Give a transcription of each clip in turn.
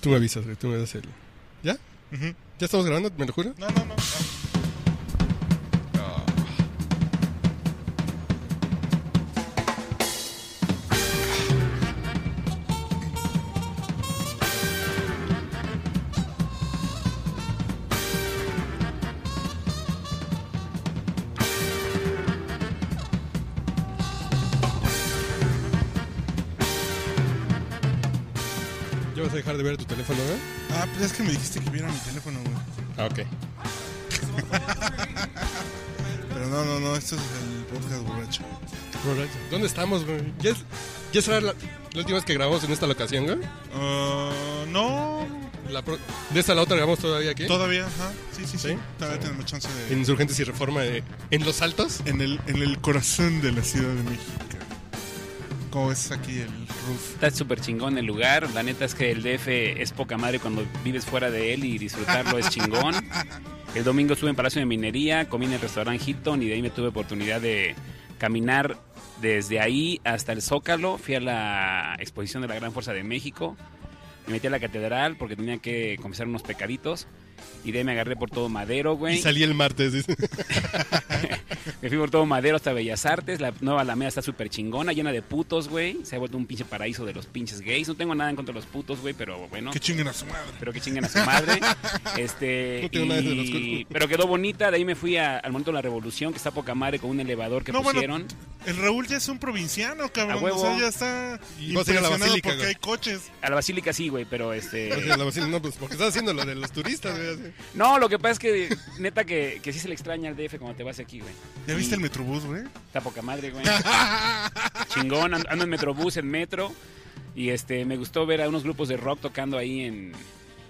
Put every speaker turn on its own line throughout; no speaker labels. Tú me avisas, güey, tú me das el... ¿Ya? ¿Ya estamos grabando? ¿Me lo juro?
No, no, no.
¿Ya vas a dejar de ver tu teléfono, ¿eh? güey?
Ah, pues es que me dijiste que viera mi teléfono, güey.
Ah, ok.
Pero no, no, no, esto es el podcast borracho.
Correcto. ¿Dónde estamos, güey? ¿Ya, es- ya será la, la última vez que grabamos en esta locación, güey?
Ah, no,
La pro- ¿De esta a la otra grabamos todavía aquí?
todavía, ajá. Sí, sí, sí.
¿Sí?
Todavía tenemos chance de...
En Insurgentes y Reforma, eh, en Los Altos.
En el, en el corazón de la Ciudad de México. ¿Cómo es aquí el roof?
Está súper chingón el lugar. La neta es que el DF es poca madre cuando vives fuera de él y disfrutarlo es chingón. El domingo estuve en Palacio de Minería, comí en el restaurante Hilton y de ahí me tuve oportunidad de caminar desde ahí hasta el Zócalo. Fui a la exposición de la Gran Fuerza de México. Me metí a la catedral porque tenía que confesar unos pecaditos. Y de ahí me agarré por todo madero,
Y
güey.
salí el martes, dice.
Me fui por todo madero hasta Bellas Artes. La nueva Alameda está súper chingona, llena de putos, güey. Se ha vuelto un pinche paraíso de los pinches gays. No tengo nada en contra de los putos, güey, pero bueno.
Que chinguen a su madre.
Pero que chinguen a su madre. Este.
No tengo nada de los
y-
culos.
pero quedó bonita. De ahí me fui a- al Monumento de la Revolución, que está poca madre con un elevador que
No, bueno,
pusieron.
El Raúl ya es un provinciano, cabrón.
A huevo.
O sea, ya está
Y vas a ir a la
impresionado
basílica,
porque
güey.
hay coches.
A la Basílica sí, güey, pero este.
O sea, la vacina, no, pues porque estás haciendo lo de los turistas, güey. así.
No, lo que pasa es que neta que, que sí se le extraña al DF cuando te vas aquí, güey.
¿Ya viste
Y-
el Metrobús, güey?
Está poca madre, güey. Chingón, and- ando en Metrobús, en Metro. Y este, me gustó ver a unos grupos de rock tocando ahí en,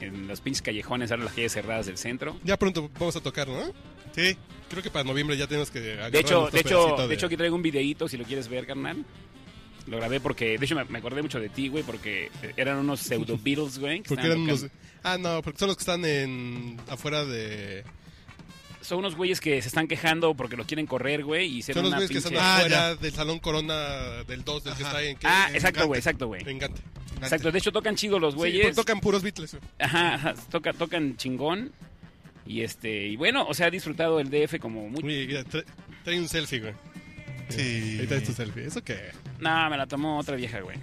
en los pinches callejones, ahora las calles cerradas del centro.
Ya pronto vamos a tocar, ¿no?
Sí.
Creo que para noviembre ya tenemos que agarrar
De hecho,
nuestro
de hecho,
pedacito
de hecho aquí traigo un videíto si lo quieres ver, carnal. Lo grabé porque, de hecho, me, me acordé mucho de ti, güey, porque eran unos pseudo Beatles, güey. que
Porque
estaban
eran
tocando.
unos... Ah, no, porque son los que están en... afuera de...
Son unos güeyes que se están quejando porque los quieren correr, güey, y hicieron
Son los
una
güeyes
pinche...
que están
Ah,
afuera del Salón Corona del 2, del que está
Ajá.
en...
Ah,
en
exacto,
Gante.
güey, exacto, güey.
En Gante.
Exacto, de hecho tocan chido los
Sí,
güeyes.
pues tocan puros Beatles. güey.
Ajá, ajá, toca, tocan chingón. Y este, y bueno, o sea, he disfrutado del DF como mucho.
Oye, mira, tra- trae un selfie, güey.
Sí.
Ahí traes tu selfie. ¿Eso qué?
No, me la tomó otra vieja, güey.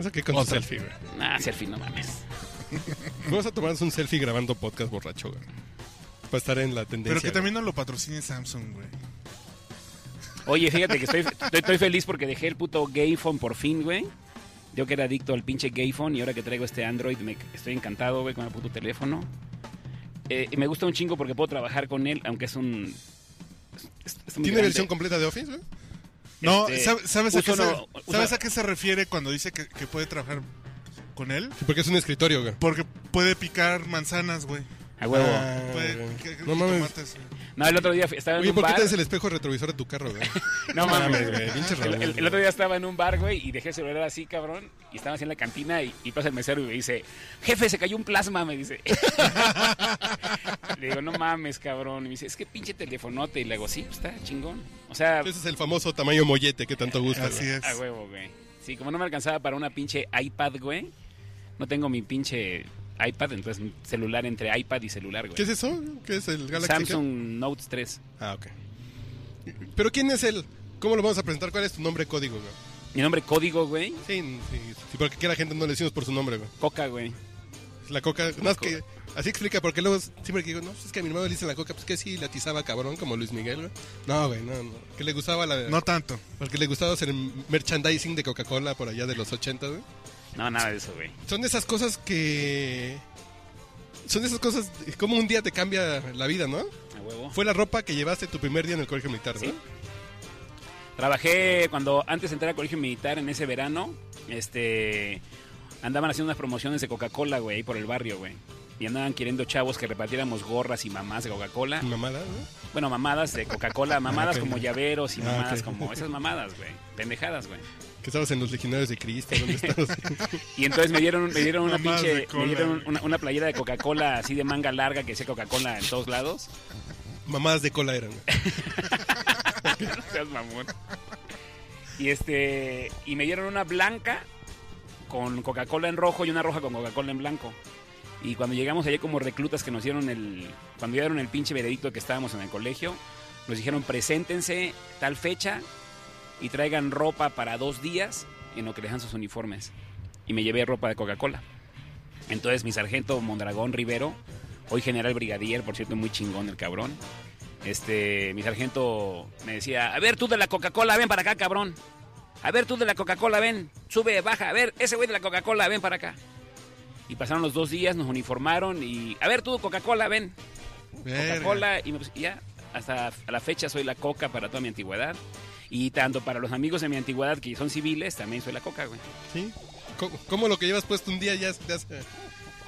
¿Eso qué con tu selfie, güey?
Nah, selfie, no mames.
Vamos a tomarnos un selfie grabando podcast borracho, güey. Para estar en la tendencia.
Pero que
güey.
también no lo patrocine Samsung, güey.
Oye, fíjate que estoy, estoy, estoy feliz porque dejé el puto Gayphone por fin, güey. Yo que era adicto al pinche Gayphone y ahora que traigo este Android me estoy encantado, güey, con el puto teléfono. Eh, y me gusta un chingo porque puedo trabajar con él, aunque es un... es- es muy
¿Tiene
grande.
versión completa de Office, güey?
No,
Este,
¿sab- ¿sabes, a
uso
qué se,
no- uso-
¿sabes a qué se refiere cuando dice que, que puede trabajar con él?
Sí, porque es un escritorio, güey.
Porque puede picar manzanas, güey.
A Ah, huevo.
Ah,
Puede
güey.
picar
no mames.
jitomates, güey.
No, el otro día fui- estaba en
Oye,
un
¿por qué
bar...
tienes el espejo retrovisor de tu carro, güey?
No mames, güey.
Pinche
El,
Raúl,
el- el
güey.
otro día estaba en un bar, güey, y dejé el celular así, cabrón, y estaba así en la cantina y, y pasa el mesero y me dice, jefe, se cayó un plasma, me dice. le digo, no mames, cabrón. Y me dice, es que pinche telefonote. Y le digo, sí, pues, está chingón. O sea,
Ese es el famoso tamaño mollete que tanto gusta,
Así
güey.
es.
a huevo, Ah, güey. Sí, como no me alcanzaba para una pinche iPad, güey, no tengo mi pinche iPad, entonces celular entre iPad y celular,
¿Qué
güey.
es eso? ¿Qué es el Galaxy? qué?
Pues. Samsung Note 3.
Ah, ok. ¿Pero quién es él? ¿Cómo lo vamos a presentar? ¿Cuál es tu nombre código, güey?
Mi nombre código, güey,
Sí, sí, sí, porque que la gente no le decimos por su nombre, güey.
Coca, güey.
La coca, nada más que... Así explica, porque luego siempre que digo, no, pues es que a mi hermano le dicen la coca, pues que sí, la atizaba cabrón, como Luis Miguel, güey. No, güey, no, no. Que le gustaba la...
No tanto.
Porque le gustaba hacer merchandising de Coca-Cola por allá de los 80, güey.
No, nada de eso, güey.
Son de esas cosas que... Son de esas cosas, como un día te cambia la vida, ¿no?
A huevo.
Fue la ropa que llevaste tu primer día en el colegio militar, ¿no?
Sí. Trabajé cuando antes de entrar al colegio militar en ese verano, este andaban haciendo unas promociones de Coca-Cola, güey, ahí por el barrio, güey. Y andaban queriendo chavos que repartiéramos gorras y mamás de Coca-Cola.
Mamada, ¿no?
Bueno, mamadas de Coca-Cola, mamadas
ok.
como llaveros y
Ah,
mamadas
ok.
como esas mamadas, güey. Pendejadas, güey.
Que estabas en los legionarios de Cristo, ¿dónde estabas?
Y entonces me dieron, me dieron una
Mamadas de
pinche,
cola,
me dieron
güey.
una, una playera de Coca-Cola así de manga larga que decía Coca-Cola en todos lados.
Mamadas de cola eran, güey.
No seas mamón. Y este. Y me dieron una blanca con Coca-Cola en rojo y una roja con Coca-Cola en blanco. Y cuando llegamos allá como reclutas que nos dieron el... Cuando dieron el pinche veredicto que estábamos en el colegio, nos dijeron preséntense tal fecha y traigan ropa para dos días en lo que dejan sus uniformes. Y me llevé ropa de Coca-Cola. Entonces mi sargento Mondragón Rivero, hoy general brigadier, por cierto, muy chingón el cabrón. Este, mi sargento me decía, a ver tú de la Coca-Cola, ven para acá, cabrón. A ver tú de la Coca-Cola, ven, sube, baja, a ver, ese güey de la Coca-Cola, ven para acá. Y pasaron los dos días, nos uniformaron y, a ver tú, Coca-Cola, ven.
Verga.
Coca-Cola y, me pus- y ya, hasta la fecha soy la Coca para toda mi antigüedad. Y tanto para los amigos de mi antigüedad que son civiles, también soy la Coca, güey.
¿Sí? ¿Cómo, cómo lo que llevas puesto un día ya es... ya es-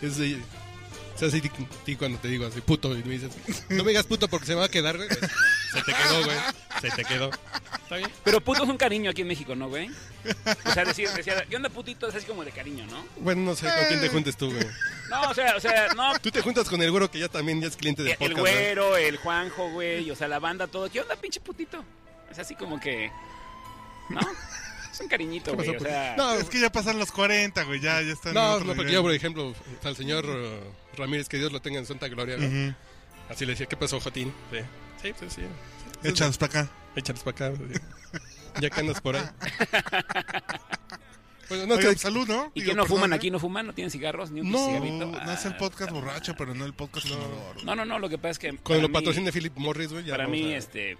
es de- o sea, así ti- ti cuando te digo así, puto, y me dices, no me digas puto porque se me va a quedar, güey. pues, Se te quedó, güey. Se te quedó. ¿Está bien?
Pero puto es un cariño aquí en México, ¿no, güey? O sea, decir, decía, ¿qué onda putito? Es así como de cariño, ¿no?
Bueno, no sé con quién te juntes tú, güey.
No, o sea, o sea, no.
Tú te juntas con el güero que ya también ya es cliente de
El
podcast, ¿verdad?
güero, el Juanjo, güey, o sea, la banda, todo. ¿Qué onda, pinche putito? Es así como que. ¿No? Es un cariñito, Ah, güey. O
Pasó por-
sea,
No,
Es que ya pasan los 40, güey. Ya, ya están. en
No,
otro
no, porque
nivel.
yo, por ejemplo, al señor eh, Ramírez, que Dios lo tenga en santa gloria, ¿no?
Ujú.
así le decía, ¿qué pasó, Jotín? Sí, sí, sí. sí.
Échalos para acá.
Échalos para acá. sí. Ya que andas por ahí. Bueno, no,
Oigan,
pues,
que-
salud, ¿no?
¿Y
Digo,
que no
perdón,
fuman
¿eh?
aquí? ¿No fuman? ¿No tienen cigarros? ¿Ni un
No,
cigarrito?
no
Ah,
es el podcast borracho, pero no el podcast fumador.
No, no, no, lo que pasa es que.
con
para
lo
mí-
patrocina de Philip Morris, güey. ya
Para
vamos
mí,
a-
este.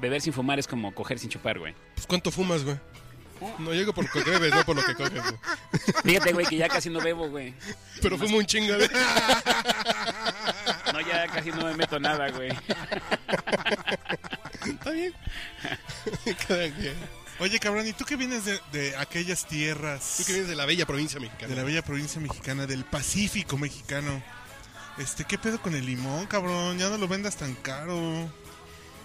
Beber sin fumar es como coger sin chupar, güey.
Pues, ¿Cuánto fumas, güey? No llego por lo que bebes, no por lo que coges, güey.
Fíjate, güey, que ya casi no bebo, güey.
Pero fumo un chingo, güey.
No, ya casi no me meto nada, güey.
Está bien. Cada quien.
Oye, cabrón, ¿y tú que vienes de, de aquellas tierras?
Tú que vienes de la bella provincia mexicana.
De la bella provincia mexicana, del Pacífico mexicano. Este, ¿qué pedo con el limón, cabrón? Ya no lo vendas tan caro.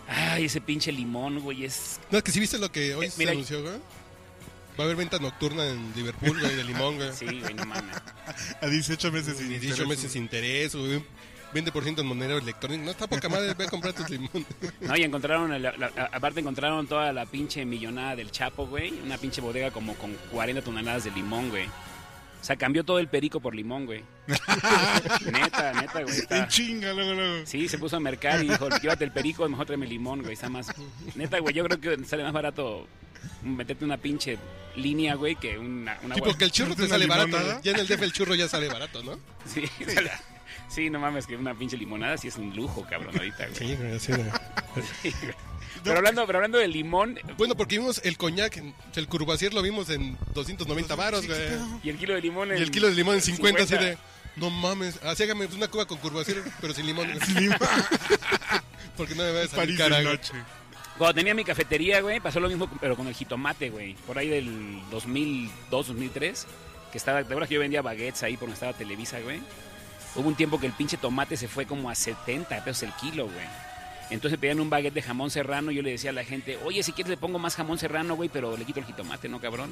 Ay, ese pinche limón, güey, es.
No, es que si viste lo que hoy
Eh,
se
mira-
anunció, güey. Va a haber venta nocturna en Liverpool, güey, de limón, güey.
Sí, güey, no mames.
A 18 meses sin
Ni
interés.
18 meses sin interés, güey. 20% en monedero electrónico. No está poca madre, ve a comprar tus limones.
No, y encontraron, el- la- la- aparte encontraron toda la pinche millonada del Chapo, güey. Una pinche bodega como con 40 toneladas de limón, güey. O sea, cambió todo el perico por limón, güey. neta, neta, güey.
En
está-
chinga, luego, luego.
Sí, se puso a mercar y dijo, llévate el perico, mejor tráeme limón, güey. Está más... Neta, güey, yo creo que sale más barato meterte una pinche línea, güey, que una... una
Sí,
guay-
porque el churro
¿No
te
tiene
sale barato.
limonada?
güey. Ya en el DF el churro ya sale barato, ¿no?
Sí, sale- sí, no mames, que una pinche limonada sí es un lujo, cabrón, ahorita, güey.
Sí, güey, sí,
Pero hablando, pero hablando del limón
Bueno, porque vimos el coñac, en- el curvacier lo vimos en 290 varos,
Sí,
güey.
¿qué pedo?
y el kilo de limón...
Y el
en-
kilo de limón en 50, así
50.
de... No mames, así hágame pues una cuba con curvacier, pero sin limón. güey.
Limón,
Porque no me va a salir
París
cara,
de
güey.
noche.
Cuando tenía mi cafetería, güey, pasó lo mismo, pero con el jitomate, güey. Por ahí del 2002, 2003, que estaba, de verdad que yo vendía baguettes ahí por donde estaba Televisa, güey. Hubo un tiempo que el pinche tomate se fue como a 70 pesos el kilo, güey. Entonces pedían un baguette de jamón serrano y yo le decía a la gente, oye, si quieres le pongo más jamón serrano, güey, pero le quito el jitomate, ¿no, cabrón?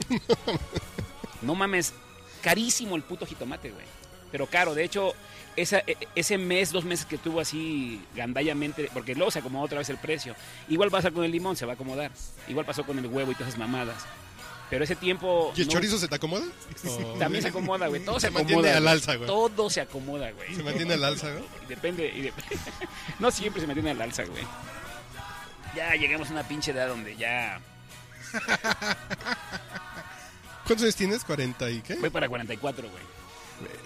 no mames, carísimo el puto jitomate, güey. Pero caro, de hecho, esa, e- ese mes, dos meses que estuvo así gandallamente, porque luego se acomodó otra vez el precio. Igual pasa con el limón, se va a acomodar. Igual pasó con el huevo y todas esas mamadas. Pero ese tiempo...
¿Y el
no-
chorizo se te acomoda?
También se acomoda, güey. Todo se,
Se mantiene
acomoda.
al
güey.
alza, güey.
Todo se acomoda, güey.
Se mantiene al alza, ¿no?
Y Depende, y dep- no siempre se mantiene al alza, güey. Ya llegamos a una pinche edad donde ya
¿Cuántos años tienes? ¿40 y qué?
voy para 44, güey.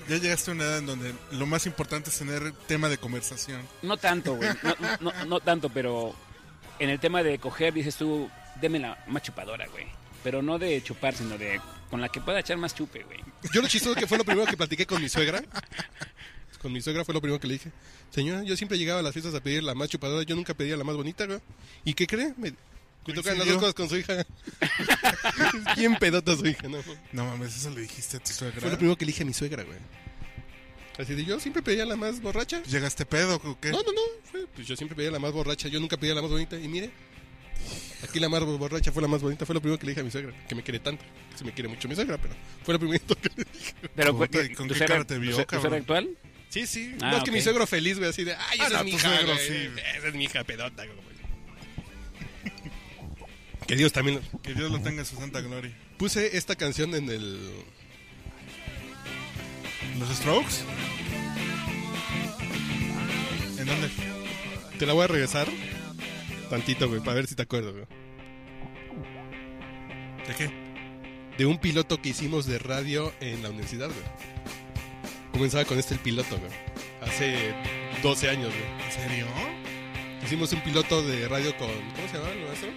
Ya llegaste a una edad en donde lo más importante es tener tema de conversación.
No tanto, güey. No, no- no tanto, pero en el tema de coger, dices tú, deme la más chupadora, güey. Pero no de chupar, sino de con la que pueda echar más chupe, güey.
Yo lo chistoso que fue lo primero que platiqué con mi suegra. Con mi suegra fue lo primero que le dije. Señora, yo siempre llegaba a las fiestas a pedir la más chupadora. Yo nunca pedía la más bonita, güey. ¿Y qué cree? Me, me tocan las dos
Coincidió.
cosas con su hija. Bien pedota su hija, ¿no? Fue
No mames, eso le dijiste a tu suegra.
lo primero que le dije a mi suegra, güey. Así de, yo siempre pedía la más borracha.
¿Llegaste pedo o qué?
No, no, no. fue- pues yo siempre pedía la más borracha. Yo nunca pedía la más bonita. Y mire, aquí la más borracha fue la más bonita. Fue lo primero que le dije a mi suegra. Que me quiere tanto. Se me quiere mucho mi suegra, pero fue lo primero que le dije.
Pero,
Puta,
güey,
¿y con
¿tu
qué
suegra-
cara te vio,
tu sue- tu
cabrón?
suegra actual?
Sí, sí.
Ah,
no, es que
ok.
mi suegro feliz, güey, así de, ay,
Ah,
esa
no,
es mi
tu
hija,
suegro,
güey,
sí.
Esa es mi hija pedota, güey. Que Dios también.
Que Dios lo tenga en su santa gloria.
Puse esta canción en el.
¿Los Strokes? ¿En dónde?
Te la voy a regresar. Tantito, güey, para ver si te acuerdas, güey.
¿De qué?
De un piloto que hicimos de radio en la universidad, güey. Comenzaba con este el piloto, güey. Hace 12 años, güey.
¿En serio?
Hicimos un piloto de radio con. ¿Cómo se llamaba el maestro?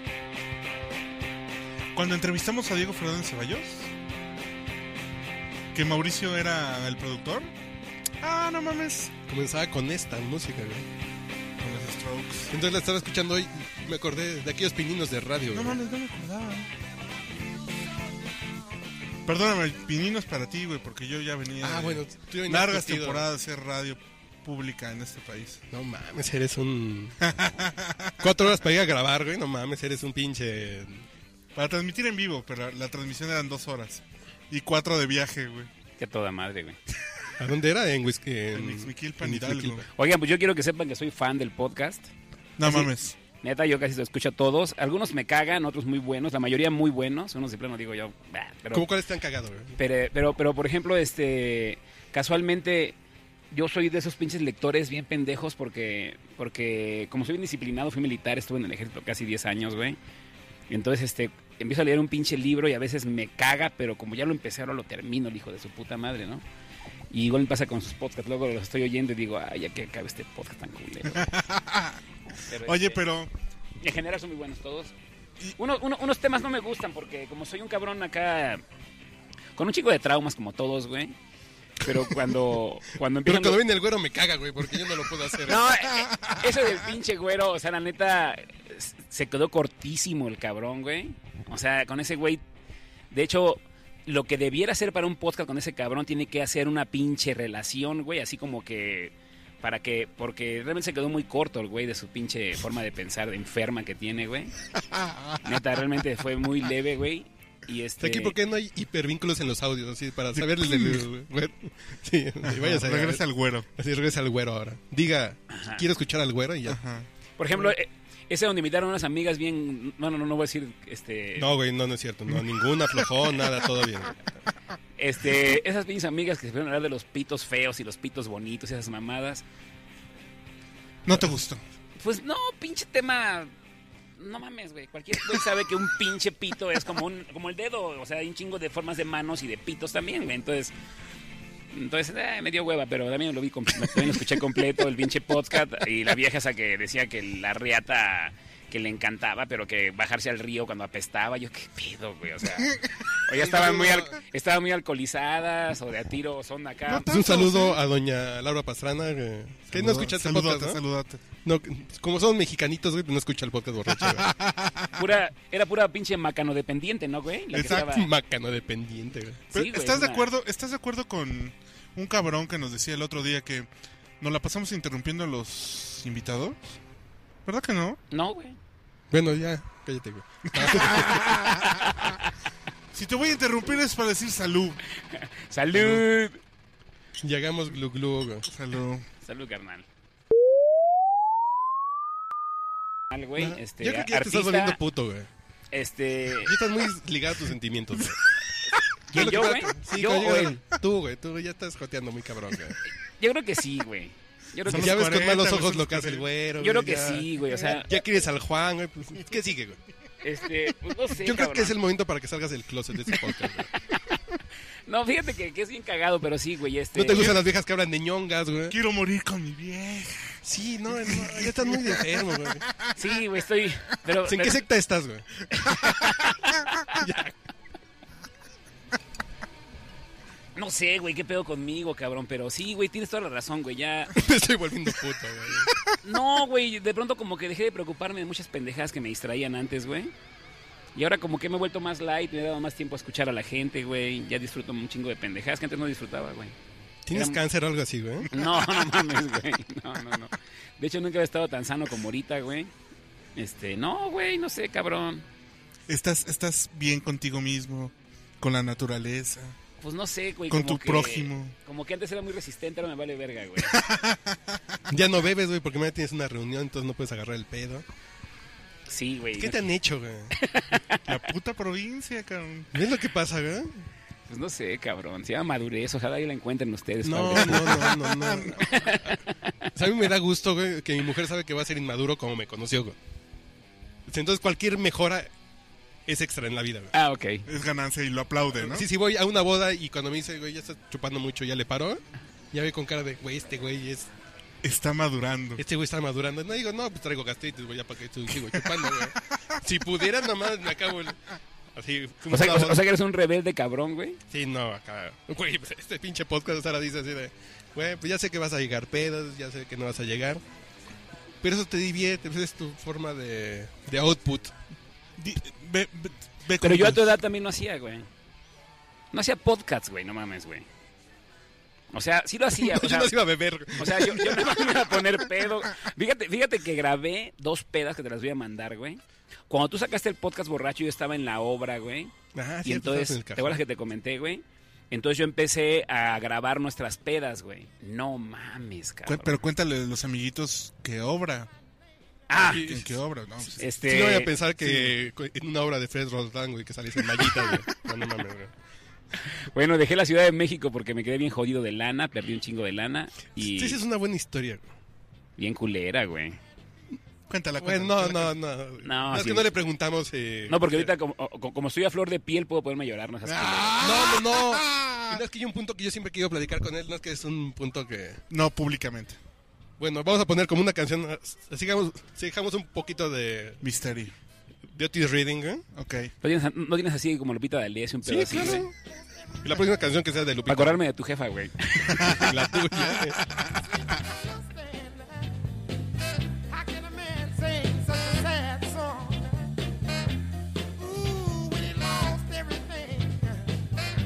Cuando entrevistamos a Diego Fernández Ceballos, que Mauricio era el productor. Ah, no mames.
Comenzaba con esta música, güey.
Con los Strokes.
Entonces la estaba escuchando hoy y me acordé de aquellos pininos de radio,
No
güey.
mames, no me acordaba. Perdóname, pininos para ti, güey, porque yo ya venía.
Ah,
de
bueno, tú venías
Largas
vestido.
temporadas de hacer radio pública en este país.
No mames, eres un. Cuatro horas para ir a grabar, güey. No mames, eres un pinche.
Para transmitir en vivo, pero la transmisión eran dos horas. Y cuatro de viaje, güey.
Que toda madre, güey.
¿A dónde era? En Whisky.
En Ixmiquilpan, Hidalgo.
Ixmiquilpan.
Oigan, pues yo quiero que sepan que soy fan del podcast.
No
Así-
mames.
Neta, yo casi lo escucho a todos. Algunos me cagan, otros muy buenos, la mayoría muy buenos. Unos de plano digo yo, "Bah", pero,
¿Cómo cuáles te han cagado, güey?
pero, pero, pero, por ejemplo, este, casualmente yo soy de esos pinches lectores bien pendejos porque, porque como soy bien disciplinado, fui militar, estuve en el ejército casi 10 años, güey. Y Entonces, este, empiezo a leer un pinche libro y a veces me caga, pero como ya lo empecé, ahora lo termino, el hijo de su puta madre, ¿no? Y igual me pasa con sus podcasts, luego los estoy oyendo y digo, ay, ya que acaba este podcast tan culero.
Oye,
este,
pero.
en general son muy buenos todos.
Y-
Uno- uno- unos temas no me gustan porque como soy un cabrón acá con un chico de traumas como todos, güey. Pero cuando
Pero
cuando empiezan
cuando
los-
viene el güero me caga, güey, porque yo no lo puedo hacer.
No, eh, eh, eso del pinche güero, o sea, la neta s- se quedó cortísimo el cabrón, güey. O sea, con ese güey de hecho lo que debiera hacer para un podcast con ese cabrón tiene que hacer una pinche relación, güey, así como que para que porque realmente se quedó muy corto el güey de su pinche forma de pensar de enferma que tiene, güey. Neta, realmente fue muy leve, güey. Y
Está
este.
aquí porque no hay hipervínculos en los audios, así, para saber el- el güero. Sí, y vayas a
regresa al güero.
Así regresa al güero ahora. Diga,
Ajá.
quiero escuchar al güero y ya.
Ajá.
Por ejemplo, eh, ese donde invitaron unas amigas bien. No, no, no, no voy a decir. Este.
No, güey, no, no es cierto. No, ninguna aflojó, nada, todo bien. Pues
Este. Esas pinches amigas que se fueron a hablar de los pitos feos y los pitos bonitos y esas mamadas.
No te gustó.
Pues no, pinche tema. No mames, güey. Cualquier güey sabe que un pinche pito es como un, como el dedo. O sea, hay un chingo de formas de manos y de pitos también, güey. Entonces. Entonces, eh, me dio hueva, pero también lo vi com- también lo escuché completo, el pinche podcast. Y la vieja esa que decía que la riata que le encantaba, pero que bajarse al río cuando apestaba, yo qué pedo, güey. O sea. O ya estaban muy, al- estaban muy alcoholizadas, o de a tiro, son acá.
Pues un saludo a doña Laura Pastrana, que, que no
Saluda-
escucha este
saludate,
podcast, ¿no?
saludate.
No, como son mexicanitos, güey, no escucha el podcast borracho. güey.
Pura, era pura pinche macano dependiente, ¿no, güey? La que
Exacto.
estaba-
Macano dependiente, güey.
Pero,
Sí, güey,
¿Estás de
una-
acuerdo? ¿Estás de acuerdo con un cabrón que nos decía el otro día que nos la pasamos interrumpiendo a los invitados? ¿Verdad que no?
No, güey.
Bueno, ya, cállate, güey.
Si te voy a interrumpir es para decir salud.
¡Salud!
Llegamos glu glu, güey.
Salud.
Salud, carnal. Al güey, este,
Ah, Yo creo que ya te
artista,
estás volviendo puto, güey.
este,
Ya estás muy ligado a tus sentimientos, güey.
¿quién,
Es lo
yo,
que
güey?
pasa- Sí,
yo,
cuando
o
llega-
él?
Tú, güey, tú ya estás joteando muy cabrón, güey.
Yo creo que sí, güey. Yo creo que,
Son
Ya
los
ves con
40,
malos
güey,
ojos
son
lo
los
que hace el
40.
güero,
yo creo
güey,
que
ya.
sí, güey. O sea,
Ya quieres al Juan, güey. pues, ¿Qué sigue, güey?
este, pues no sé,
Yo creo que
cabrón.
es el momento para que salgas del closet de ese podcast, güey.
No, fíjate que, que es bien cagado, pero sí, güey, este...
¿No te gustan las viejas que hablan de ñongas, güey?
Quiero morir con mi vieja.
Sí, no, no, ya estás muy enfermo, güey.
Sí, güey, estoy... Pero,
¿En qué
pero-
secta estás, güey?
No sé, güey, qué pedo conmigo, cabrón. Pero sí, güey, tienes toda la razón, güey, ya...
Me estoy volviendo puto, güey.
No, güey, de pronto como que dejé de preocuparme de muchas pendejadas que me distraían antes, güey. Y ahora como que me he vuelto más light, me he dado más tiempo a escuchar a la gente, güey. Ya disfruto un chingo de pendejadas que antes no disfrutaba, güey.
¿Tienes
Era-
cáncer o algo así, güey?
No, no mames, güey. No, no, no. De hecho, nunca he estado tan sano como ahorita, güey. Este, no, güey, no sé, cabrón.
Estás, estás bien contigo mismo, con la naturaleza.
Pues no sé, güey.
Con
como
tu
que-
prójimo.
Como que antes era muy resistente, ahora me vale verga, güey.
Ya no bebes, güey, porque mañana tienes una reunión, entonces no puedes agarrar el pedo.
Sí, güey.
¿Qué
no-
te han hecho, güey?
La puta provincia, cabrón.
¿Ves lo que pasa, güey?
Pues no sé, cabrón. Se llama madurez. Ojalá y la encuentren ustedes.
No,
padres.
no, no, no, no. O sea, a mí me da gusto, güey, que mi mujer sabe que va a ser inmaduro como me conoció, güey. Entonces cualquier mejora es extra en la vida, güey.
Ah, ok.
Es ganancia y lo aplaude, ¿no?
Sí, sí, voy a una boda y cuando me dice, güey, ya estás chupando mucho, ya le paro. Ya ve con cara de, güey, este güey es,
Está madurando.
este güey está madurando. No digo, no, pues traigo gastritis, güey, ya para que tú sigo chupando, güey. Si pudiera nomás me acabo el- así.
O sea, o- o sea que eres un rebelde cabrón, güey.
Sí, no, acá. Güey, pues, este pinche podcast ahora dice así de. Güey, pues ya sé que vas a llegar pedos, ya sé que no vas a llegar. Pero eso te divierte, pues, es tu forma de, de output.
Di- ve- ve- ve con-
Pero yo a tu edad también no hacía, güey. No hacía podcasts, güey. No mames, güey. O sea, sí lo hacía. o
yo
sea,
no se iba a beber. güey.
O sea, yo, yo no me iba a poner pedo. Fíjate, fíjate que grabé dos pedas que te las voy a mandar, güey. Cuando tú sacaste el podcast borracho, yo estaba en la obra, güey.
Ajá,
y
Ah, cierto,
entonces,
estás en el
¿te
cajón.
acuerdas que te comenté, güey? Entonces yo empecé a grabar nuestras pedas, güey. No mames,
Cu-
cabrón.
Pero cuéntale a los amiguitos que obra.
ah,
Sí,
¿En qué obra? No, pues,
este...
Sí, no voy a pensar que cu- en una obra de Fred Roldán, güey, que sale sin mallita, güey. No, no mames, güey.
Bueno, dejé la Ciudad de México porque me quedé bien jodido de lana, perdí un chingo de lana y
Sí, sí, es una buena historia, güey.
bien culera, güey.
cuéntala,
Bueno,
cuéntala,
no,
cuéntala.
no, no.
No,
es
sí.
que no le preguntamos. eh,
No, porque ahorita como, o- como estoy a flor de piel puedo ponerme a llorar, no seas
Ah.
culero.
No, no, no. Y No es que hay un punto que yo siempre quiero platicar con él, no es que es un punto que.
No, públicamente.
Bueno, vamos a poner como una canción. Así dejamos, así dejamos un poquito de,
Misterio.
de Otis Reading. ¿eh?
Ok.
¿No tienes, no tienes así como Lupita D'Alía, es un pedo así, güey?
Y la próxima canción que sea de
Para
Lupita.
acordarme de tu jefa, güey.
La tuya. ¿eh?
How can a man sing such a sad song? Ooh, when he lost everything,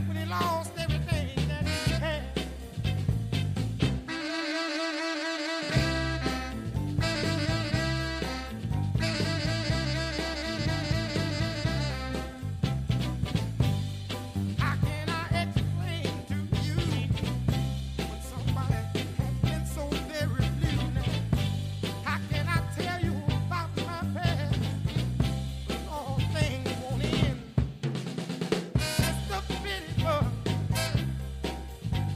when he lost everything that he had. How can I explain to you when somebody has been so very blue? How can I tell you about my past? All things won't end. It's the pity for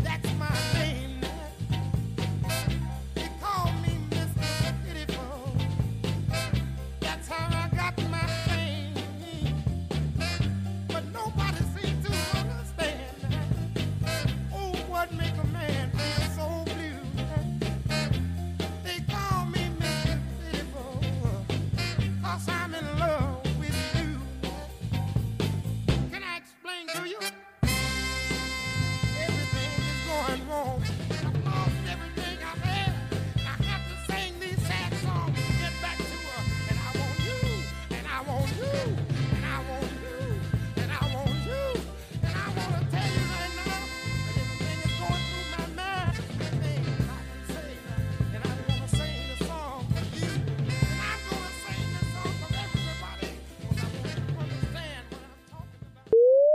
that's my name. They call me Mr. Pitiful. That's how I got my fame. But nobody seems to understand. Oh, what make a man feel so blue? They call me Mr. Pitiful, cause I'm in love with you. Can I explain to you? Everything is going wrong. I've lost everything I've had. I have to sing these sad songs to get back to her. And I want you, and I want you, and I want you, and I want you. And I want to tell you right now that everything is going through my mind. Everything I can say, and I'm going to sing the song for you. And I'm going to sing the song for everybody. 'cause I want you to understand what I'm talking about.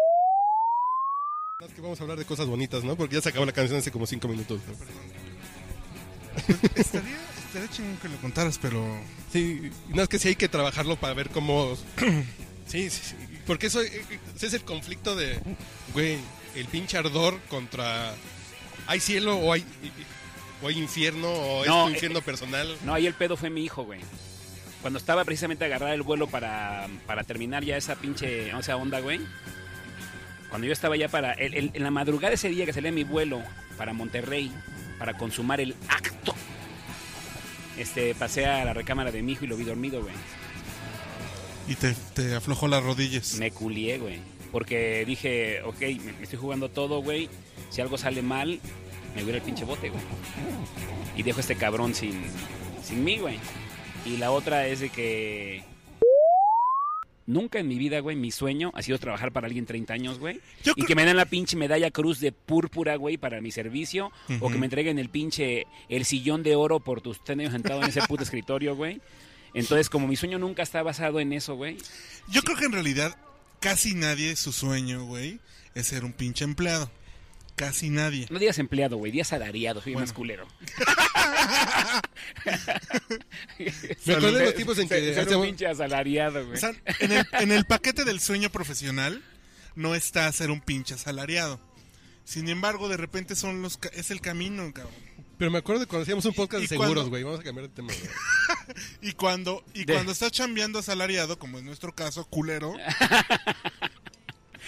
Es que vamos a hablar de cosas bonitas, ¿no? Porque ya se acabó la canción hace como cinco minutos. ¿no?
Estaría, estaría chingón que lo contaras, pero.
Sí, no es que sí hay que trabajarlo para ver cómo. Sí, sí, sí. Porque eso eh, eh, ese es el conflicto de, güey, el pinche ardor contra. ¿Hay cielo o hay, o hay infierno o
No,
es tu
eh,
infierno personal?
No, ahí el pedo fue mi hijo, güey. Cuando estaba precisamente a agarrar el vuelo para, para terminar ya esa pinche esa onda, güey. Cuando yo estaba ya para... el- el- en la madrugada ese día que salía mi vuelo para Monterrey, para consumar el acto, este, pasé a la recámara de mi hijo y lo vi dormido, güey.
Y te, te aflojó las rodillas.
Me culié, güey. Porque dije, ok, me, me estoy jugando todo, güey. Si algo sale mal, me voy al pinche bote, güey. Y dejo a este cabrón sin, sin mí, güey. Y la otra es de que... Nunca en mi vida, güey, mi sueño ha sido trabajar para alguien 30 años, güey.
Yo
Y
creo-
que me den la pinche medalla cruz de púrpura, güey, para mi servicio. O que
Ujú.
me entreguen el pinche, el sillón de oro por tus tenis sentado en ese puto escritorio, güey. Entonces, como mi sueño nunca está basado en eso, güey,
Yo creo que en realidad casi nadie, su sueño, güey, es ser un pinche empleado. Casi nadie.
No digas empleado, güey, días salariado, soy
Bueno.
más culero.
Me acuerdo de los
Se-
tipos en
se-
que
ser un
hacíamos-
pinche asalariado,
O
güey.
sea, en el, en el paquete del sueño profesional no está ser un pinche asalariado. Sin embargo, de repente son los ca- es el camino, cabrón.
Pero me acuerdo de cuando hacíamos un podcast
¿Y
de seguros,
cuándo?
güey. Vamos a cambiar de tema. güey.
Y cuando y
De-
cuando estás chambeando asalariado, como en nuestro caso, culero,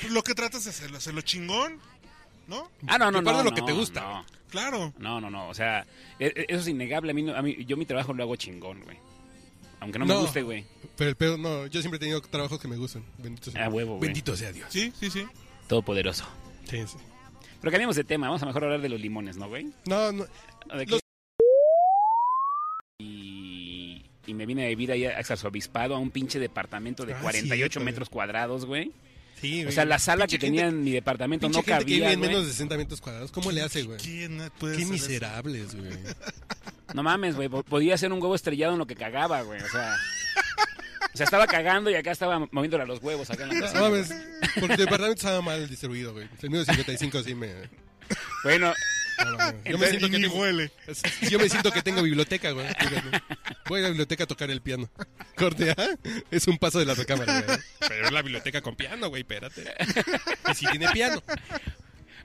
pues lo que tratas es hacerlo, hacerlo chingón, ¿no?
Ah, no, no,
Y parte de
no.
lo que
no,
te gusta.
No.
Claro.
No, no, no, o sea, e- e- eso es innegable. A mí, no- a mí, yo mi trabajo lo hago chingón, güey. Aunque no, me
No.
guste, güey.
Pero el pedo, no. Yo siempre he tenido trabajos que me gustan. Bendito sea,
Ah, huevo, güey.
Bendito sea Dios.
Sí, sí, sí.
Todopoderoso.
Sí, sí.
Pero cambiamos de tema, vamos a mejor hablar de los limones, ¿no, güey?
No, no.
¿O de qué?
Los-
Y, y me vine a vivir ahí a Exarzobispado, a un pinche departamento de
Ah,
48
cierto,
metros cuadrados, güey.
Sí, güey.
O sea, la sala
Pinche
que
gente-
tenía en mi departamento
pinche
no
gente que vive
cabía,
en menos
güey.
de 60 metros cuadrados. ¿Cómo le hace, güey?
¿Quién puede
Qué
hacer eso?
miserables, güey.
No mames, güey, po- podía ser un huevo estrellado en lo que cagaba, güey, o sea... O sea, estaba cagando y acá estaba moviéndole a los huevos acá en la
No,
cocina, güey.
mames, porque tu departamento estaba mal distribuido, güey. El mío de 55 sí me... no,
Bueno,
mames. Yo me
Entonces,
siento
y
que
ni
tengo-
huele.
Yo me siento que tengo biblioteca, güey. Fíjate. Voy a la biblioteca a tocar el piano. Corte, ¿ah? Es un paso de la recámara, güey. Pero es la biblioteca con piano, güey, espérate. Y si tiene piano.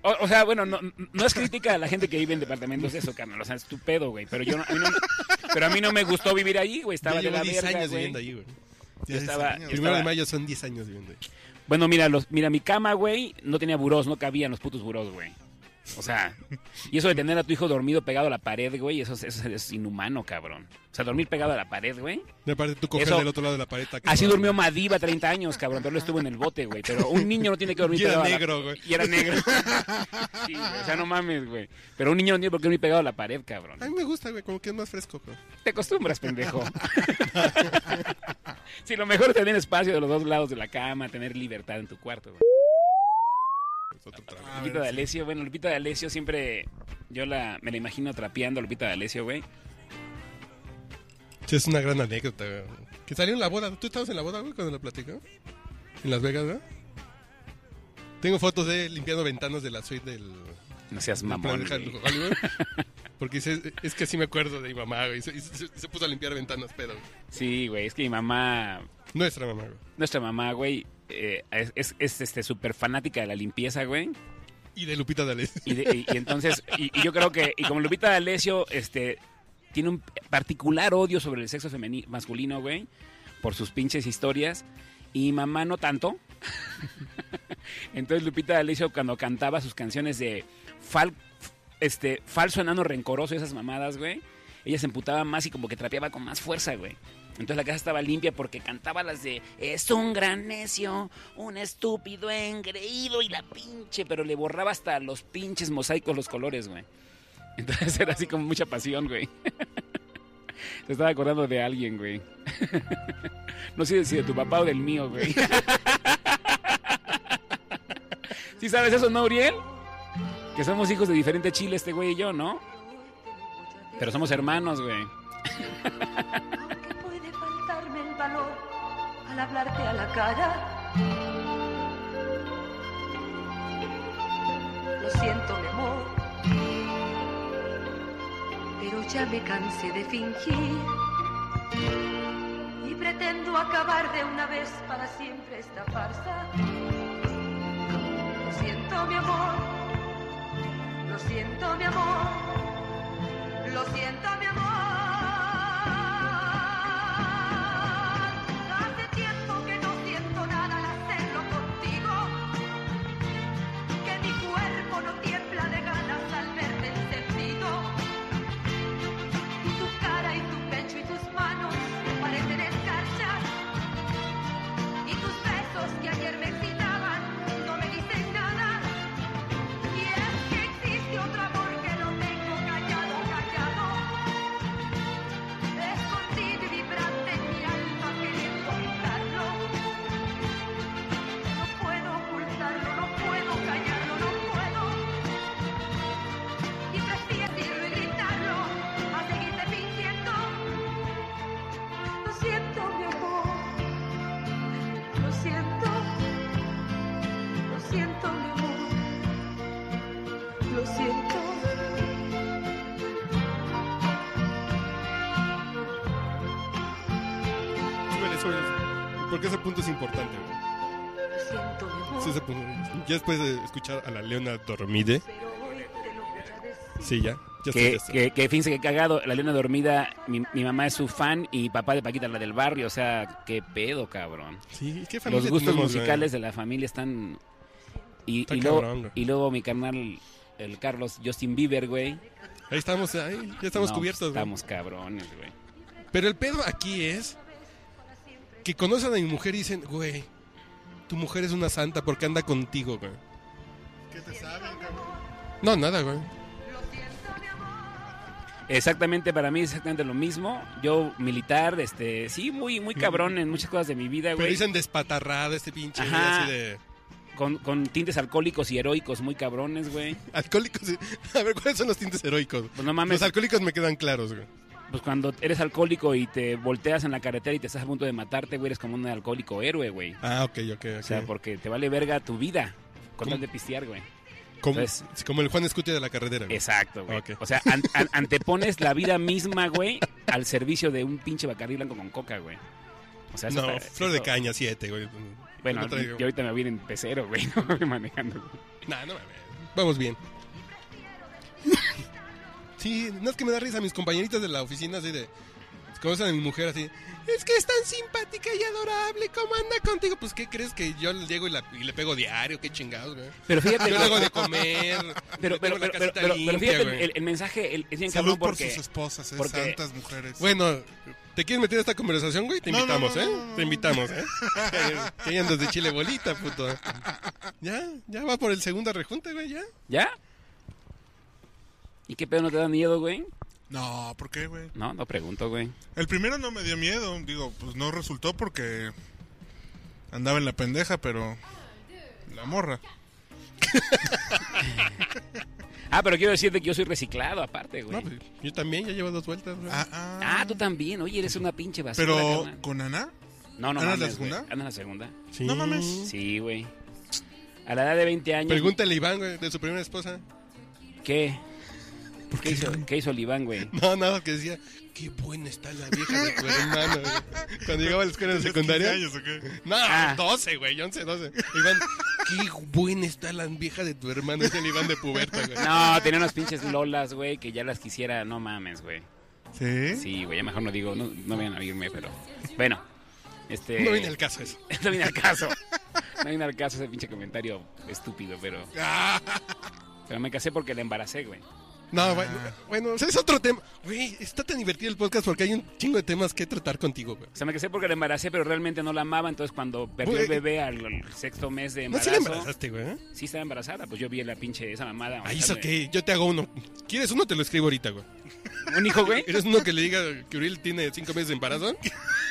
O, o sea, bueno, no, no es crítica a la gente que vive en departamentos de eso, carnal. O sea, es tu pedo, güey. Pero, yo no, a mí no me- pero a mí no me gustó vivir ahí, güey. Estaba
Yo
de
llevo
la
10
verga,
años
güey.
viviendo ahí, güey.
Ya dice,
estaba-
"Niño,
yo
Primero de
estaba-
mayo son 10 años viviendo ahí.
Bueno, mira, los, mira, mi cama, güey, no tenía burós, no cabían los putos burós, güey. O sea, y eso de tener a tu hijo dormido pegado a la pared, güey, eso, es- eso es inhumano, cabrón. O sea, dormir pegado a la pared, güey.
Y aparte tú coges
Eso-
del otro lado de la pared. acá,
Así
güey.
durmió Madiba 30 años, cabrón, pero él estuvo en el bote, güey. Pero un niño no tiene que dormir
Y era
pegado a la-
negro, güey.
Y era negro. Sí, güey, o sea, no mames, güey. Pero un niño no tiene por qué dormir pegado a la pared, cabrón.
A mí me gusta, güey, como que es más fresco, güey.
Te acostumbras, pendejo. si lo mejor es tener espacio de los dos lados de la cama, tener libertad en tu cuarto. güey.
Es otro trago.
A
Lupita de
ver,
Alessio, bueno, Lupita de Alessio siempre. Yo la, me la imagino trapeando a Lupita de Alessio, güey.
Sí, es una gran anécdota, güey. Que salió en la boda. ¿Tú estabas en la boda, güey, cuando lo platicó? En Las Vegas, ¿verdad? Tengo fotos de él limpiando ventanas de la suite del...
No seas
del
mamón.
Plaza de
güey.
Hollywood. Porque dice, es que sí me acuerdo de mi mamá, güey. Y se, y se- se puso a limpiar ventanas, pero...
Sí, güey, es que mi mamá.
Nuestra mamá, güey.
Nuestra mamá, güey, eh, es, es, es, este, súper fanática de la limpieza, güey.
Y de Lupita D'Alessio.
Y, de- y- y entonces, y, y yo creo que, y como Lupita D'Alessio, este, tiene un particular odio sobre el sexo femeni- masculino, güey, por sus pinches historias, y mamá no tanto. entonces Lupita D'Alessio cuando cantaba sus canciones de fal- este, falso enano rencoroso, esas mamadas, güey, ella se emputaba más y como que trapeaba con más fuerza, güey. Entonces la casa estaba limpia porque cantaba las de Es un gran necio, un estúpido engreído y la pinche, pero le borraba hasta los pinches mosaicos los colores, güey. Entonces era así como mucha pasión, güey. Te estaba acordando de alguien, güey. No sé si de tu papá o del mío, güey. ¿Sí sabes eso, no, Uriel? Que somos hijos de diferente chile este güey y yo, ¿no? Pero somos hermanos, güey.
Aunque puede faltarme el valor al hablarte a la cara. Lo siento, mi amor, pero ya me cansé de fingir y pretendo acabar de una vez para siempre esta farsa. Lo siento, mi amor, lo siento, mi amor. Lo siento, mi amor. Hace tiempo que no siento nada al hacerlo contigo. Que mi cuerpo no tiembla de ganas al verte encendido. Y tu cara y tu pecho y tus manos me parecen escarchas. Y tus besos que ayer me excitaban no me dicen nada. Y es que existe otro amor que lo tengo callado, callado.
súbele, súbele. Porque ese punto es importante, güey.
Siento mejor,
Sí, ese punto. Ya después de escuchar a la Leona dormide.
pero hoy te lo voy a decir.
Sí, ya. Ya estoy.
Que,
listo.
que, que fíjense que cagado, la leona dormida, mi, mi mamá es su fan y papá de Paquita, la del barrio, o sea, qué pedo, cabrón.
Sí, ¿qué familia
Los gustos
tenemos, güey?
musicales de la familia están... Y,
Está
y luego,
cabrón, güey.
y luego mi carnal, el Carlos Justin Bieber, güey.
Ahí estamos, ahí ya estamos
No,
cubiertos, güey.
Estamos cabrones, güey.
Pero el pedo aquí es que conocen a mi mujer y dicen, güey, tu mujer es una santa porque anda contigo, güey.
¿Qué te saben, cabrón?
No, nada, güey.
Exactamente, para mí es exactamente lo mismo. Yo, militar, este, sí, muy, muy cabrón en muchas cosas de mi vida,
Mm. Pero
güey.
dicen despatarrada este pinche
Ajá.
así de
Con, con tintes alcohólicos y heroicos muy cabrones, güey.
alcohólicos. A ver, ¿cuáles son los tintes heroicos?
Pues no mames,
Los alcohólicos me quedan claros, güey.
pues cuando eres alcohólico y te volteas en la carretera y te estás a punto de matarte, güey, eres como un alcohólico héroe, güey.
Ah, ok, ok, ok.
O sea, porque te vale verga tu vida con
¿Cómo?
tal de pistear, güey.
como,
entonces-
sí, como el Juan Escutia de la carretera, güey.
Exacto, güey.
Ok.
O sea, an- an- antepones la vida misma, güey, al servicio de un pinche bacarrí blanco con coca, güey. O sea, eso
No,
está-
flor de
eso-
caña, siete, güey.
Bueno,
No traigo-
yo ahorita me voy a ir en pecero, güey, no voy manejando.
Nah, no mames. Vamos bien. Sí, no es que me da risa mis compañeritas de la oficina así de. Conocen a mi mujer así. Es que es tan simpática y adorable. ¿Cómo anda contigo? Pues, ¿qué crees que yo le llego y, la- y le pego diario? ¿Qué chingados, güey?
Pero
Yo
fíjate,
le
güey,
hago de comer.
pero,
le
pero,
tengo la
pero- pero-
casita
pero- pero
limpia,
fíjate,
güey.
el, el mensaje el- es bien
Salud
cabrón
por
porque...
sus esposas, eh,
porque-
santas mujeres.
Bueno, ¿te quieres meter a esta conversación, güey? Te
No, no,
invitamos,
no, no,
¿eh?
no, no.
Te invitamos, ¿eh? Que ya andas de chile bolita, puto. Ya, ya va por el segundo rejunte, güey, ya.
¿Ya? ¿Y qué pedo no te da miedo, güey?
No, ¿por qué, güey?
No, no pregunto, güey.
El primero no me dio miedo. Digo, pues no resultó porque andaba en la pendeja, pero. La morra.
Ah, pero quiero decirte que yo soy reciclado aparte, güey.
No, pues, yo también, ya llevo dos vueltas, güey.
Ah, ah.
Ah, tú también. Oye, eres una pinche basura.
Pero,
carnal.
¿con Ana?
No, no
¿Ana es la
mames, güey.
segunda?
Ana es la segunda.
Sí.
No mames.
Sí, güey. A la edad de 20 años.
Pregúntale a Iván, güey, de su primera esposa.
¿Qué? ¿Qué, hizo, ¿Qué hizo el Iván, güey?
No, nada, que decía, qué buena está la vieja de tu hermano. güey. Cuando llegaba a la escuela de secundaria.
¿Tenías 15 años o qué?
No,
Ah.
12, güey, 11, 12. Iván, qué buena está la vieja de tu hermano. Es el Iván de puberta, güey.
No, tenía unas pinches lolas, güey, que ya las quisiera. No mames, güey.
¿Eh?
¿Sí?
Sí, güey, ya mejor no digo, no, no vayan a oírme, pero. Bueno, este.
No viene el caso eso.
no viene al caso. No viene al caso ese pinche comentario estúpido, pero. Pero me casé porque la embaracé, güey.
No, bueno,
Ah.
bueno, o sea, es otro tema. Güey, está tan divertido el podcast porque hay un chingo de temas que tratar contigo, güey.
O sea, me casé porque la embaracé, pero realmente no la amaba. Entonces, cuando perdió
Güey. eh,
el bebé al, al sexto mes de
¿No sí
embarazo.
la embarazaste, güey? ¿eh?
Sí, estaba embarazada. Pues yo vi la pinche esa mamada.
Ahí
o
hizo
sea,
que yo te hago uno. ¿Quieres uno? Te lo escribo ahorita, güey.
Un hijo, güey.
¿Eres uno que le diga que Uriel tiene cinco meses de embarazo?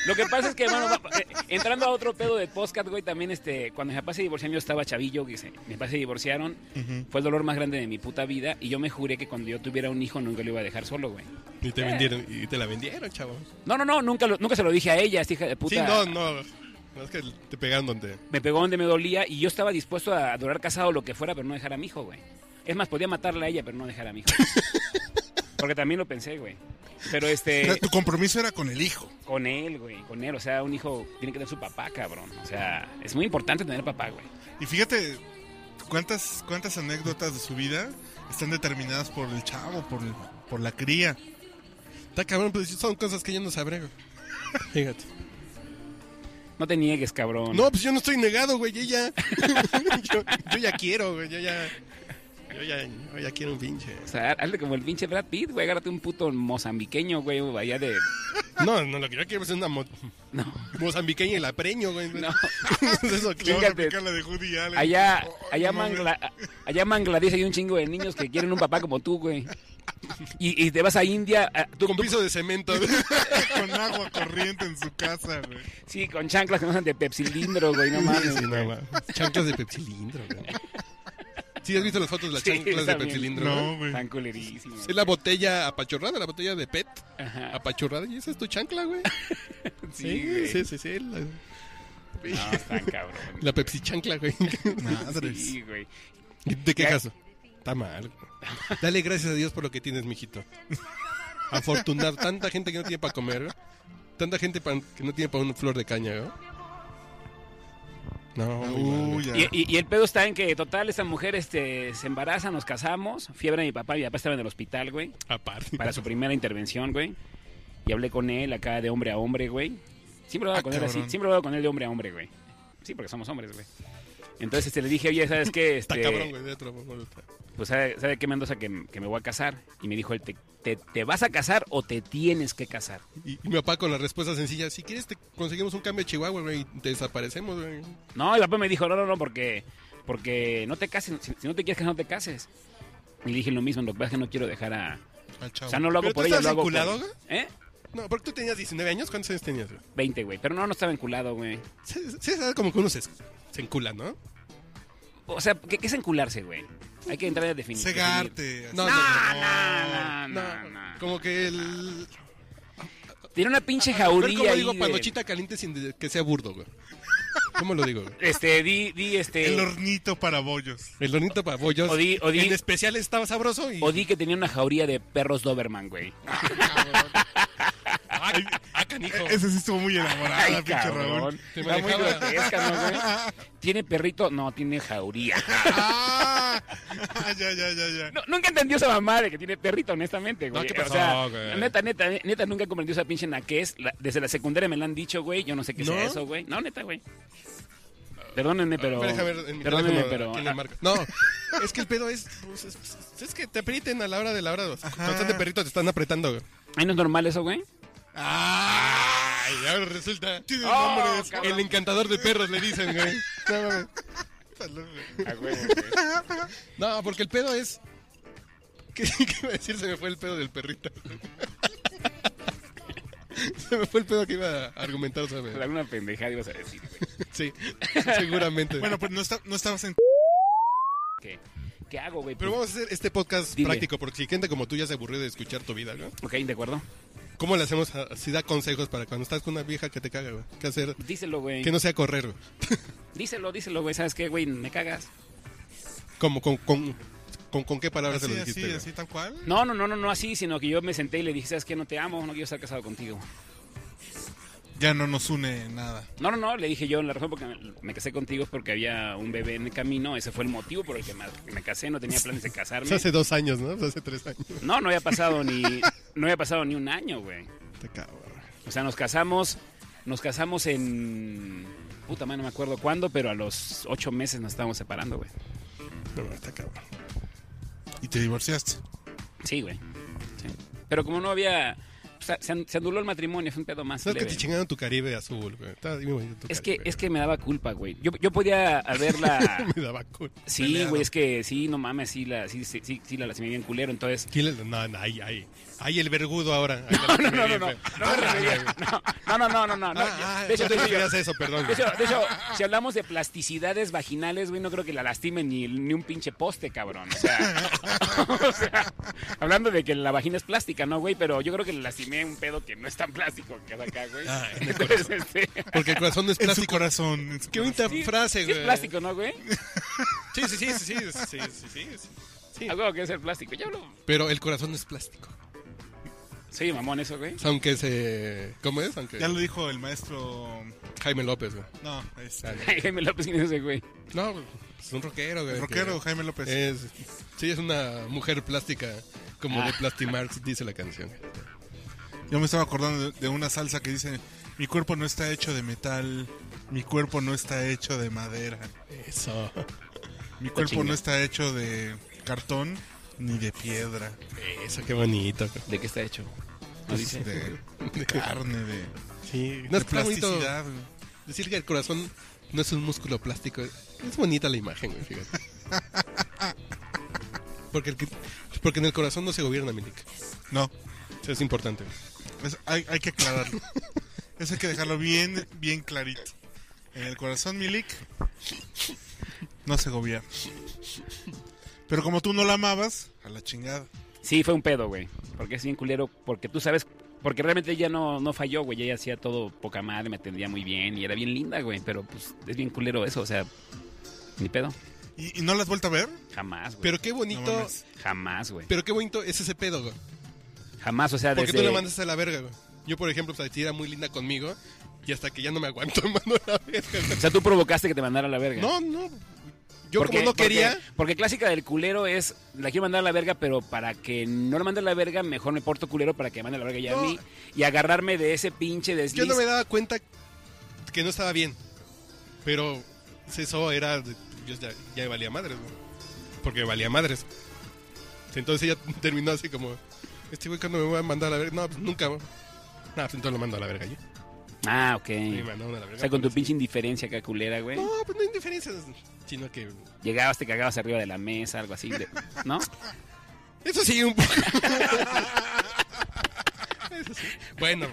Lo que pasa es que, hermano, va- eh, entrando a otro pedo de podcast, güey, también, este, cuando mis papás se divorciaron, yo estaba chavillo, que se, mis papás se divorciaron, fue el dolor más grande de mi puta vida, y yo me juré que cuando yo tuviera un hijo nunca lo iba a dejar solo, güey.
Y te vendieron, y te la vendieron, chavo.
No, no, no, nunca, lo- nunca se lo dije a ella, esta hija de puta.
Sí, no, no. No, Es que te pegaron donde.
Me pegó donde me dolía, y yo estaba dispuesto a durar casado lo que fuera, pero no dejar a mi hijo, güey. Es más, podía matarla a ella, pero no dejar a mi hijo. Porque también lo pensé, güey. Pero
O sea,
este,
tu compromiso era con el hijo.
con él, güey, con él, o sea, un hijo tiene que tener su papá, cabrón. O sea, es muy importante tener papá, güey.
Y fíjate cuántas, cuántas anécdotas de su vida están determinadas por el chavo, por, el- por la cría.
Está cabrón, pues son cosas que yo no sabré, güey. Fíjate.
No te niegues, cabrón.
No, pues yo no estoy negado, güey. Yo ya. yo, yo ya quiero, güey. Yo ya. Yo ya, yo ya quiero un pinche.
O sea, hazle como el pinche Brad Pitt, güey. Agárrate un puto mozambiqueño, güey, o allá de...
No, no, lo que yo quiero es una mo-
No,
mozambiqueña y la preño, güey.
no.
Eso,
Le
claro.
vamos a
Fíjate.
aplicar la de Woody Allen.
Allá,
Oh,
allá,
no mames.
Mangla, allá en Bangladesh hay un chingo de niños que quieren un papá como tú, güey. Y, y te vas a India, a- tú,
Con
tú-
piso de cemento.
Con agua corriente en su casa, güey.
sí, con chanclas que no son de pepsilindro, güey, no mames.
Sí, no, güey. chanclas de pepsilindro, güey. ¿Sí has visto las fotos de las
Sí,
chanclas de
también.
pepsilindro? güey?
No, güey.
Tan culerísimo.
Es la botella apachurrada, la botella de PET.
Ajá,
Apachurrada, y esa es tu chancla, güey.
sí, güey.
sí, sí, sí. La,
No, están cabrón.
la Pepsi chancla, güey.
Madres.
Sí, güey.
¿De qué caso? Está mal. Dale gracias a Dios por lo que tienes, mijito. Afortunar tanta gente que no tiene para comer. güey. Tanta gente pan- que no tiene para una flor de caña, ¿no? No, muy mal,
Uy,
güey.
ya.
Y, y- y el pedo está en que, total, esta mujer este, se embaraza, nos casamos, fiebre a mi papá, mi papá estaba en el hospital, güey,
Aparte.
para su primera intervención, güey. Y hablé con él acá de hombre a hombre, güey. Siempre hablaba
Ah,
con él así,
cabrón.
siempre hablaba con él de hombre a hombre, güey. Sí, porque somos hombres, güey. Entonces este, le dije, oye, ¿sabes qué?
Está
Este,
cabrón, güey, de otro modo.
pues ¿sabe, sabe qué Mendoza que, que me voy a casar? Y me dijo él, ¿te, te, te vas a casar o te tienes que casar?
Y, y mi papá con la respuesta sencilla, si quieres te conseguimos un cambio de Chihuahua, güey, y te desaparecemos, güey.
No, y papá me dijo, no, no, no, porque, porque no te cases, si, si no te quieres casar, no te cases. Y dije lo mismo, lo que pasa es que no quiero dejar a...
Al chavo.
O sea, no lo hago
¿Pero tú
por ella,
estás
lo hago
vinculado,
por...
güey?
¿Eh?
No, porque tú tenías 19 años, ¿cuántos años tenías, güey?
20, güey. Pero no, no estaba vinculado, güey.
Se, se- se- como que uno se, se encula, ¿no?
O sea, ¿qué, qué es encularse, güey? Hay que entrar a definir.
Cegarte.
No,
No, no, no, no,
No,
no.
como que el...
Tiene una pinche
Pero
jaulilla
¿Cómo
ahí eh,
digo
de-
panochita caliente sin de- que sea burdo, güey? ¿Cómo lo digo, güey?
Este, di, di, este...
El hornito para bollos.
El donito para bollos.
O di- o di-
En especial estaba sabroso y...
O di que tenía una jauría de perros Doberman, güey.
Ay, ah, canijo. Ah,
Ese sí estuvo muy
Ay,
elaborado, pinche Raúl.
cabrón.
Te
Está muy
manejaba.
grotesca, ¿no, güey? ¿Tiene perrito? No, tiene jauría.
Ah, ya, ya, ya, ya.
No, nunca entendió esa mamá de que tiene perrito, honestamente, güey.
No, ¿qué pasó,
o sea,
güey?
neta, neta, eh, neta, nunca comprendió esa pinche naqués. La- desde la secundaria me la han dicho, güey. Yo no sé qué
¿No?
sea eso, güey. No, neta, güey. Perdónenme, pero.
Deja ver en mi
perdónenme,
teléfono
pero.
quién le marca. No, es que el pedo es. pues, es, es que te aprieten a la hora de la hora. Constante perrito te están apretando. güey.
¿Ay, no es normal eso, güey?
Ay, ahora resulta. Tiene el
Oh,
nombre de-
cabrón.
El encantador de perros le dicen, güey. No, mames.
A huevo, güey.
No, porque el pedo es. ¿Qué, qué iba a decir? Se me fue el pedo del perrito. Se me fue el pedo que iba a argumentar, ¿sabes?
Alguna pendejada ibas a decir, güey.
Sí, seguramente.
Bueno, pues no, está- no estabas en.
¿Qué, qué hago, güey? Pues,
pero vamos a hacer este podcast
Dime.
práctico porque si gente como tú ya se aburrió de escuchar tu vida, ¿no?
Ok, de acuerdo.
¿Cómo le hacemos a- si da consejos para cuando estás con una vieja que te caga, güey? ¿Qué hacer?
Díselo, güey.
Que no sea correr, güey.
Díselo, díselo, güey. ¿Sabes qué, güey? Me cagas.
¿Cómo, con, con, con, con qué palabras se
Así,
lo dijiste?
así,
güey?
así, tal cual.
No, no, no, no, no así, sino que yo me senté y le dije, ¿sabes qué? No te amo, no quiero estar casado contigo.
Ya no nos une nada.
No, no, no, le dije yo, la razón por la que me, me casé contigo es porque había un bebé en el camino, ese fue el motivo por el que me, me casé, no tenía planes de
O
casarme.
sea, hace dos años, ¿no? O sea, hace tres años.
No, no había pasado ni, no había pasado ni un año, güey.
Te cago, güey.
O sea, nos casamos, nos casamos en, puta madre, no me acuerdo cuándo, pero a los ocho meses nos estábamos separando, güey.
No, no, está cabrón.
Y te divorciaste.
Sí, güey. Sí. Pero como no había, o sea, se, an- se anuló el matrimonio, fue un pedo más.
¿Sabes que
leve.
te chingaron tu Caribe azul, güey? Estaba bien bonito tu
es que,
Caribe,
es que me daba culpa, güey. Yo, yo podía haberla...
güey. Me daba cool.
Sí,
Peleado.
güey, es que sí, no mames, sí la, sí, sí, sí, sí la lastimé bien culero, entonces...
¿Quién le- No, no, ahí, ahí. Ahí el vergudo ahora. Ahí la-
No, no, no, no,
bien feo.
no me refería- no, no, no, no, no, no,
Ah,
de
de
hecho,
no te
de hecho,
referías a eso, perdón.
de
güey.
hecho, de hecho, si hablamos de plasticidades vaginales, güey, no creo que la lastime ni, ni un pinche poste, cabrón. O sea, o sea, hablando de que la vagina es plástica, ¿no, güey? Pero yo creo que le lastimé un pedo que no es tan plástico que es acá, güey. Entonces, este,
Porque el corazón no es
En su
plástico.
corazón. en su
Qué bonita
sí,
frase,
sí
güey.
es plástico, ¿no, güey?
Sí, sí, sí, sí, sí, sí, sí, sí, sí. Sí.
Algo que es el plástico. Ya hablo.
Pero el corazón no es plástico.
Sí, mamón, eso, güey.
O sea, aunque se... ¿Cómo es? Aunque...
Ya lo dijo el maestro.
Jaime López, güey.
No, este.
Dale.
Jaime López, ¿quién es ese, güey?
No, pues, es un rockero, güey.
El rockero
que
Jaime López.
es- sí, es una mujer plástica, como
Ah.
de Plastimarx dice la canción.
Yo me estaba acordando de, de una salsa que dice: Mi cuerpo no está hecho de metal. Mi cuerpo no está hecho de madera.
Eso.
Mi cuerpo
chinga.
no está hecho de cartón ni de piedra.
Eso, qué bonito.
¿De qué está hecho? No
Pues,
dice.
de, de carne, de,
Sí, no
de
es que está bonito
plasticidad. güey.
decir que el corazón no es un músculo plástico. Es bonita la imagen, güey, fíjate. Porque, el que- porque en el corazón no se gobierna, Milik.
No,
Eso es importante.
es- hay, hay que aclararlo. Eso hay que dejarlo bien, bien clarito. En el corazón, Milik, no se gobierna. Pero como tú no la amabas, a la chingada.
Sí, fue un pedo, güey. Porque es bien culero, porque tú sabes, porque realmente ella no, no falló, güey. Ella hacía todo poca madre, me atendía muy bien y era bien linda, güey. Pero pues es bien culero eso, o sea, ni pedo.
¿Y, y no la has vuelto a ver?
Jamás, güey.
Pero qué
No
bonito.
mames.
Jamás, güey.
pero qué bonito es ese pedo, güey.
Jamás, o sea,
Porque
Ah, desde...
tú le mandas a la verga, güey. Yo, por ejemplo, pues, sí era muy linda conmigo y hasta que ya no me aguanto, mano, la verga.
O sea, tú provocaste que te mandara a la verga.
No, no. Yo
Porque-
como no quería,
Porque, porque clásica del culero es, la quiero mandar a la verga, pero para que no la mande a la verga, mejor me porto culero para que me mande a la verga ya
No.
a mí. Y agarrarme de ese pinche desliz.
yo no me daba cuenta que no estaba bien. Pero pues, eso era, yo ya, ya me valía madres, güey. Porque me valía madres. Entonces ella terminó así como, este güey cuando me voy a mandar a la verga, no, pues nunca, güey. No, pues entonces lo mando a la verga yo.
Ah, ok.
Y me mandaron a la verga.
O sea, con tu pinche indiferencia acá culera, güey.
No, pues no hay diferencias, sino que...
Llegabas, te cagabas arriba de la mesa, algo así, de- ¿no?
Eso sí, un poco. Eso sí. Bueno,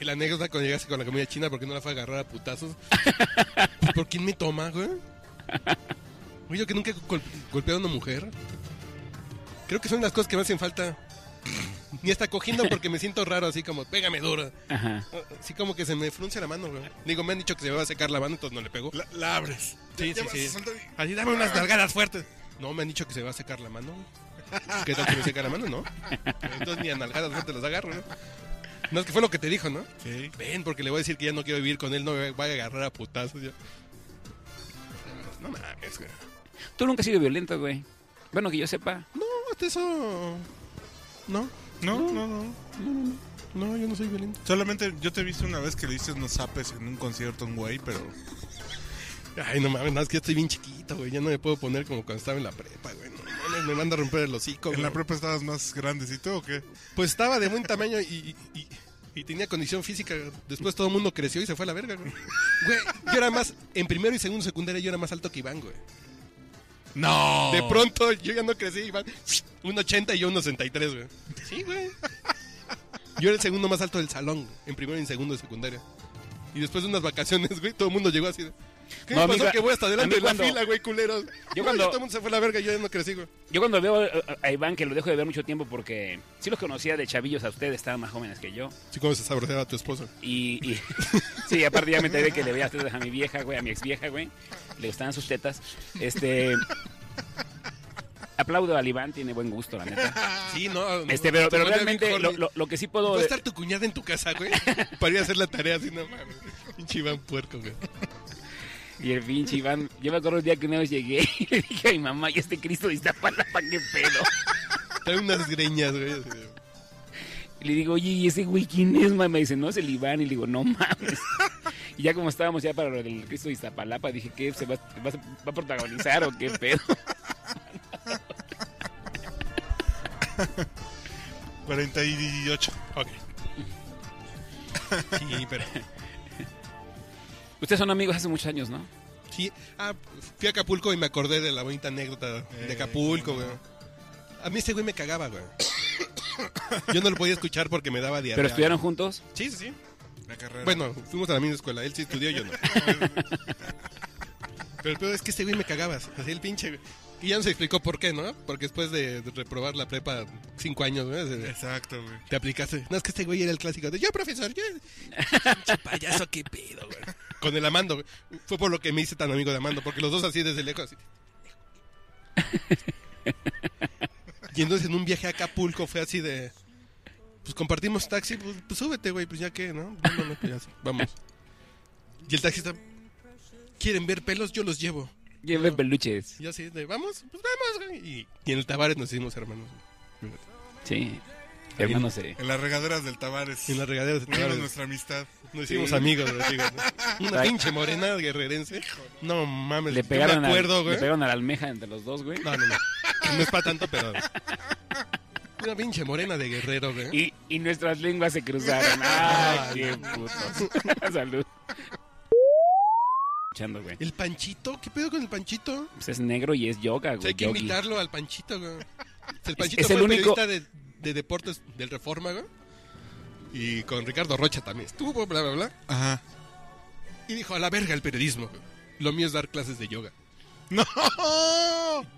y la anécdota cuando llegaste con la comida china, ¿por qué no la fue a agarrar a putazos? Pues, ¿Por quién me toma, güey? Güey, yo que nunca he gol- golpeado a una mujer. Creo que son las cosas que me hacen falta. Ni está cogiendo porque me siento raro, así como, pégame duro.
Ajá.
Así como que se me frunce la mano, güey. Digo, me han dicho que se me va a secar la mano, entonces no le pego.
La, la abres.
Sí, sí,
Ya vas a
sí.
soltar
Así dame unas nalgadas fuertes. No, me han dicho que se va a secar la mano. ¿Qué tal que me seca la mano? No. Entonces ni a nalgadas fuertes los agarro, ¿no? No, es que fue lo que te dijo, ¿no?
y- Sí.
Ven, porque le voy a decir que ya no quiero vivir con él, no me va a agarrar a putazos. Yo, No mames, güey.
Tú nunca has sido violento, güey. Bueno, que yo sepa.
No, hasta eso... No,
No, no, no.
no, yo no soy violento.
Solamente yo te he visto una vez que le diste unos zapes en un concierto a un güey, pero.
Ay, no mames, nada, es que yo estoy bien chiquito, güey. Ya no me puedo poner como cuando estaba en la prepa, güey. No mames, me manda a romper el hocico,
¿En la
güey.
prepa estabas más grandecito o qué?
Pues estaba de buen tamaño y, y- y- y tenía condición física. Después todo el mundo creció y se fue a la verga, güey. Güey, yo era más, en primero y segundo secundaria yo era más alto que Iván, güey.
No.
Oh.
De pronto yo ya no crecí, Iván, un 80 y yo un 63, güey. Sí, güey. Yo era el segundo más alto del salón, güey, en primero y en segundo de secundaria. Y después de unas vacaciones, güey, todo el mundo llegó así de... ¿Qué
No, a
me
mí
pasó
cua-
que voy hasta
a mí
adelante de la
cuando-
fila, güey, culeros? Yo
cuando-
cuando... todo el mundo se fue a la verga y yo ya no crecí, güey.
Yo cuando veo a- a Iván, que lo dejo de ver mucho tiempo porque sí los conocía de chavillos a ustedes, estaban más jóvenes que yo.
Sí, como se saboreaba tu esposa.
Y, y- sí, aparte ya me enteré que le veía tetas a mi vieja, güey, a mi ex vieja, güey. Le gustaban sus tetas. Este. Aplaudo al Iván, tiene buen gusto, la neta.
Sí, no. no,
Este, pero,
te
pero
mandé a
realmente
Big
lo,
Horny.
lo- lo que sí puedo.
Va a estar tu cuñada en tu casa, güey. Para ir a hacer la tarea así, no mames. Pinche Iván puerco, güey.
Y el pinche Iván, yo me acuerdo el día que una vez llegué y le dije a mi mamá, y este Cristo de Iztapalapa, qué pedo.
Trae unas greñas, güey. así de-
Y le digo, oye, ¿y ese güey quién es, mamá? Me dice, no, es el Iván. Y le digo, no mames. Y ya como estábamos ya para lo del Cristo de Iztapalapa, dije, ¿qué? ¿Se va, va- va a protagonizar o qué pedo?
48.
Ok. Sí, pero.
Ustedes son amigos hace muchos años, ¿no?
Sí. Ah, fui a Acapulco y me acordé de la bonita anécdota de Acapulco, güey. A mí ese güey me cagaba, güey. Yo no lo podía escuchar porque me daba diarrea.
¿Pero estudiaron juntos?
Sí, sí, sí.
La carrera.
Bueno, fuimos a la misma escuela. Él sí estudió, yo no. Pero el peor es que este güey me cagabas. Así el pinche. Y ya nos explicó por qué, ¿no? Porque después de de reprobar la prepa cinco años, ¿no? Se-
Exacto, güey.
Te aplicaste. No, es que este güey era el clásico de yo, profesor, yo. Pinche payaso, qué pedo, güey. Con el Amando, güey. Fue por lo que me hice tan amigo de Amando, porque los dos así desde lejos. así. Y entonces en un viaje a Acapulco fue así de. Pues compartimos taxi, pues, pues, súbete, güey, pues ya que, ¿no? Vámonos, pues, ya sí, Vamos. Y el taxista. ¿Quieren ver pelos? Yo los llevo.
Lleven peluches.
Y yo así de, vamos, pues vamos, güey. Y, y en el Tabares nos hicimos hermanos.
Sí. Hermano, sé.
En las regaderas del Tavares.
En las regaderas de
Unimos
Tabares.
nuestra amistad.
Nos hicimos
Sí.
amigos, güey, digo, ¿no? Una
Ay.
pinche morena guerrerense. No mames,
Le
yo
pegaron,
me acuerdo,
al-
güey.
le pegaron a la almeja entre los dos, güey.
No, no, no. No es para tanto, pero. Una pinche morena de guerrero, güey.
Y, y nuestras lenguas se cruzaron. ¡Ay, qué puto! Salud. Escuchando, güey.
El panchito, ¿qué pedo con el panchito?
Pues es negro y es yoga,
O
güey.
sea, hay que
yogi.
invitarlo al panchito, güey. El panchito
es
fue
el
el
único-
periodista de, de deportes del Reforma, güey. Y con Ricardo Rocha también estuvo, bla, bla, bla.
Ajá.
Y dijo, a la verga el periodismo, güey. Lo mío es dar clases de yoga.
¡No!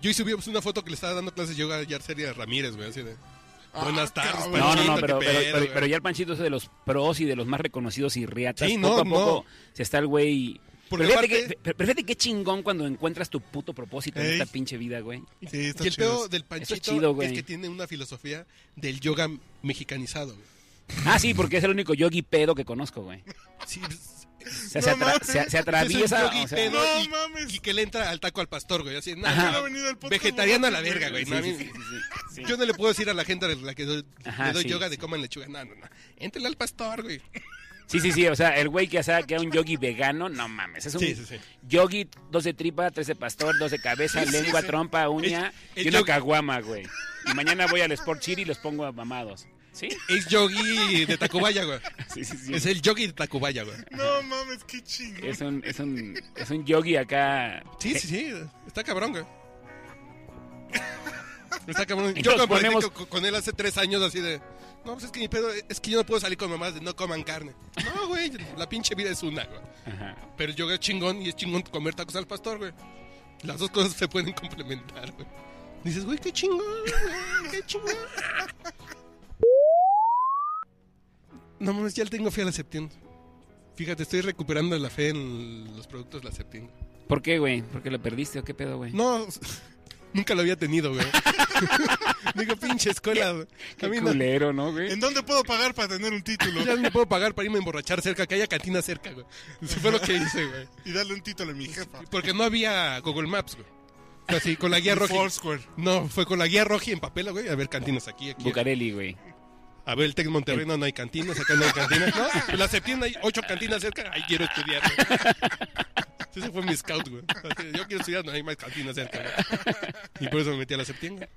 Yo subí pues, una foto que le estaba dando clases de yoga a Yarcelia Ramírez, güey, así de... Buenas tardes,
Ah, cabrón.
No,
Panchito,
no, no,
qué
pero, pero,
pedo,
pero-
güey".
pero ya el Panchito es de los pros y de los más reconocidos y riatas.
Sí,
poco
no,
a poco se está el güey... Pero
Porque
fíjate,
aparte-
que, pero fíjate qué chingón cuando encuentras tu puto propósito en
Ey.
esta pinche vida, güey.
Sí, está
Y el
chido.
pedo del
Eso
Panchito
es
es,
chido, güey.
que tiene una filosofía del yoga mexicanizado, güey.
Ah, sí, porque es el único yogi pedo que conozco, güey.
Sí, pues,
O sea, se,
No
atra-
mames.
se- se
es un
atraviesa.
yogi
o sea,
pedo
No
y,
mames.
y que le entra al taco al pastor, güey. Así, nada,
Ajá.
Hubiera venido al podcast
vegetariano a la
borracho,
verga, güey.
sí,
no, a
sí,
mí-
sí, sí, sí.
Yo no le puedo decir a la gente a la que doy-
Ajá,
le doy
sí,
yoga de
sí.
coman lechuga. No, no, no. Éntrale al pastor, güey.
Sí, sí, sí, o sea, el güey que hace que era un yogi vegano, no mames, es un
Sí, sí, sí.
yogi, 12 tripa, 13 pastor, 12 cabeza,
Sí, sí,
lengua,
sí.
trompa, uña
El- el
y una
yogi-
caguama, güey. Y mañana voy al Sport City y los pongo a mamados. ¿Sí?
Es yogi de Tacubaya, güey.
Sí, sí, sí.
Es el yogi de Tacubaya, güey.
No mames, qué chingón.
Eh,
Es un, es un, es un yogi acá.
Sí, sí, sí. Está cabrón, güey. Está cabrón.
Y
Yo
nos
cuando platico
ponemos-
co- con él hace tres años así de... No, pues es que mi pedo es que yo no puedo salir con mamás de no coman carne. No, güey, la pinche vida es una, güey.
Ajá.
Pero el yoga es chingón y es chingón comer tacos al pastor, güey. Las dos cosas se pueden complementar, güey. Dices, güey, qué chingón, güey, qué chingón. No mames, ya le tengo fe a la Septién. Fíjate, estoy recuperando la fe en los productos de la Septién.
¿Por qué, güey? ¿Por qué lo perdiste o qué pedo, güey?
No, nunca lo había tenido, güey. Digo, pinche escuela, güey.
qué
A mí no-
culero, ¿no, güey?
¿En dónde puedo pagar para tener un título?
Ya no puedo pagar para irme a emborrachar cerca, que haya cantina cerca, güey. Eso fue lo que hice, güey.
Y darle un título a mi jefa.
Porque no había Google Maps, güey. Fue así, con la guía
Y
roja.
Foursquare.
No, fue con la guía roja y en papel, güey. A ver, cantinas aquí, aquí.
Bucareli, güey.
A ver, el Tec Monterrey, no, no hay cantinas, acá no hay cantinas. No, en la septiembre hay ocho cantinas cerca, ahí quiero estudiar. güey. Ese fue mi scout, güey. Así, Yo quiero estudiar, no hay más cantinas cerca. güey. Y por eso me metí a la septiembre.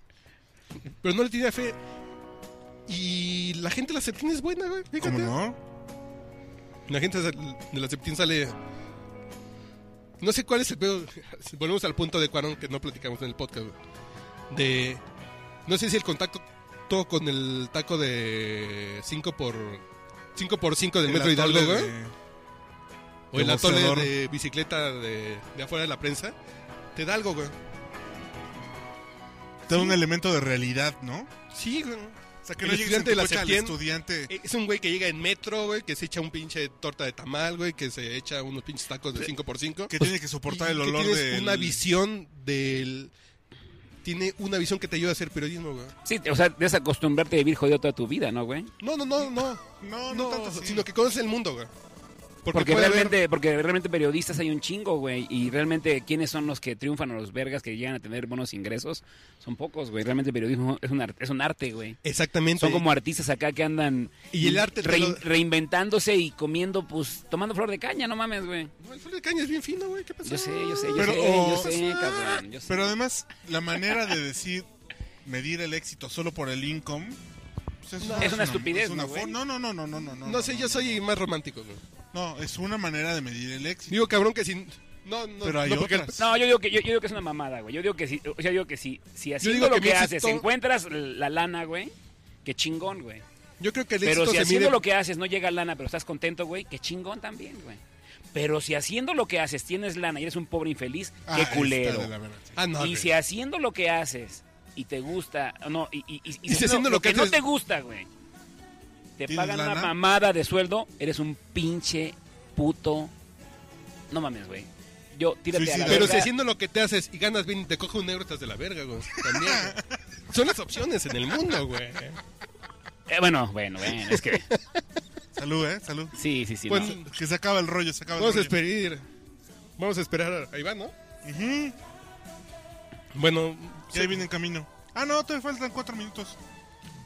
Pero no le tenía fe. Y la gente de la septiembre es buena, güey. Fíjate.
¿Cómo no?
La gente de la Septién sale. No sé cuál es el pedo. Volvemos al punto de Cuarón que no platicamos en el podcast. güey. De. No sé si el contacto todo con el taco de 5 por 5 por 5 del
El
Metro Hidalgo,
atole
güey.
de-
O el
de
atole
boxeador.
de bicicleta de, de afuera de la prensa. Te da algo, güey.
Te da un elemento de realidad, ¿no?
Sí, güey.
O sea, que
El
no llegues en
estudiante de
tu
la
coche al
Septién- eh,
estudiante.
E, Es un güey que llega en metro, güey, que se echa un pinche torta de tamal, güey, que se echa unos pinches tacos de 5x5.
Que tiene que soportar
pues, Y
el
que
olor
tienes
de.
una visión del tiene una visión que te ayuda a hacer periodismo, güey.
Sí, o sea, desacostumbrarte a vivir jodido toda tu vida, ¿no, güey?
No, no, no, no.
No, no,
No,
tanto así.
sino que conoces el mundo, güey. Porque,
Porque
puede
realmente,
haber-
porque realmente periodistas hay un chingo, güey. Y realmente, ¿quiénes son los que triunfan o los vergas que llegan a tener buenos ingresos? Son pocos, güey. Realmente el periodismo es un, ar- es un arte, güey.
exactamente
Son como artistas acá que andan
Y el arte te
rein-
lo-
reinventándose y comiendo, pues, tomando flor de caña, no mames, güey.
No, el Flor de Caña es bien fino, güey. ¿Qué pasó?
Yo sé, yo sé, yo
Pero-
sé,
o-
yo sé, cabrón. Yo sé.
Pero además, la manera de decir medir el éxito solo por el income. pues eso
Es una estupidez,
es una
¿no, güey?
for- no, no, no, no, no, no, no.
No sé, yo soy más romántico, güey.
No, es una manera de medir el éxito.
Digo, cabrón, que sin no, no,
Pero hay
no, porque el-
otras.
No, yo digo que yo, yo digo que es una mamada, güey. Yo digo que si, o sea, digo que si, si haciendo
digo
lo
que
que,
mi éxito-
haces, encuentras la lana, güey, qué chingón, güey.
yo creo que el
Pero
éxito
si
se
haciendo
mide
lo que haces no llega lana, pero estás contento, güey, qué chingón también, güey. Pero si haciendo lo que haces tienes lana y eres un pobre infeliz,
Ah,
qué
está
culero.
de la verdad, sí.
Ah, no.
y
güey.
si haciendo lo que haces y te gusta, no, y, y, y- y
si haciendo lo que
no
haces-
te gusta, güey, te
¿Tienes
pagan una
lana?
mamada de sueldo, eres un pinche puto. No mames, güey. Yo, tírate a la
Suicida.
Pero si
verga.
haciendo lo que te haces y ganas bien, te coge un negro, estás de la verga, güey. También. güey. Son las opciones en el mundo, güey.
Eh, bueno, bueno, bueno, es que.
Salud, ¿eh? Salud.
Sí, sí, sí.
Pues,
no.
Que se acaba el rollo, se acaba el
Vamos a
rollo.
esperar. Vamos a esperar a Iván, ¿no?
Ujú.
Bueno,
Ya ahí viene en camino. Ah, no, todavía faltan cuatro minutos.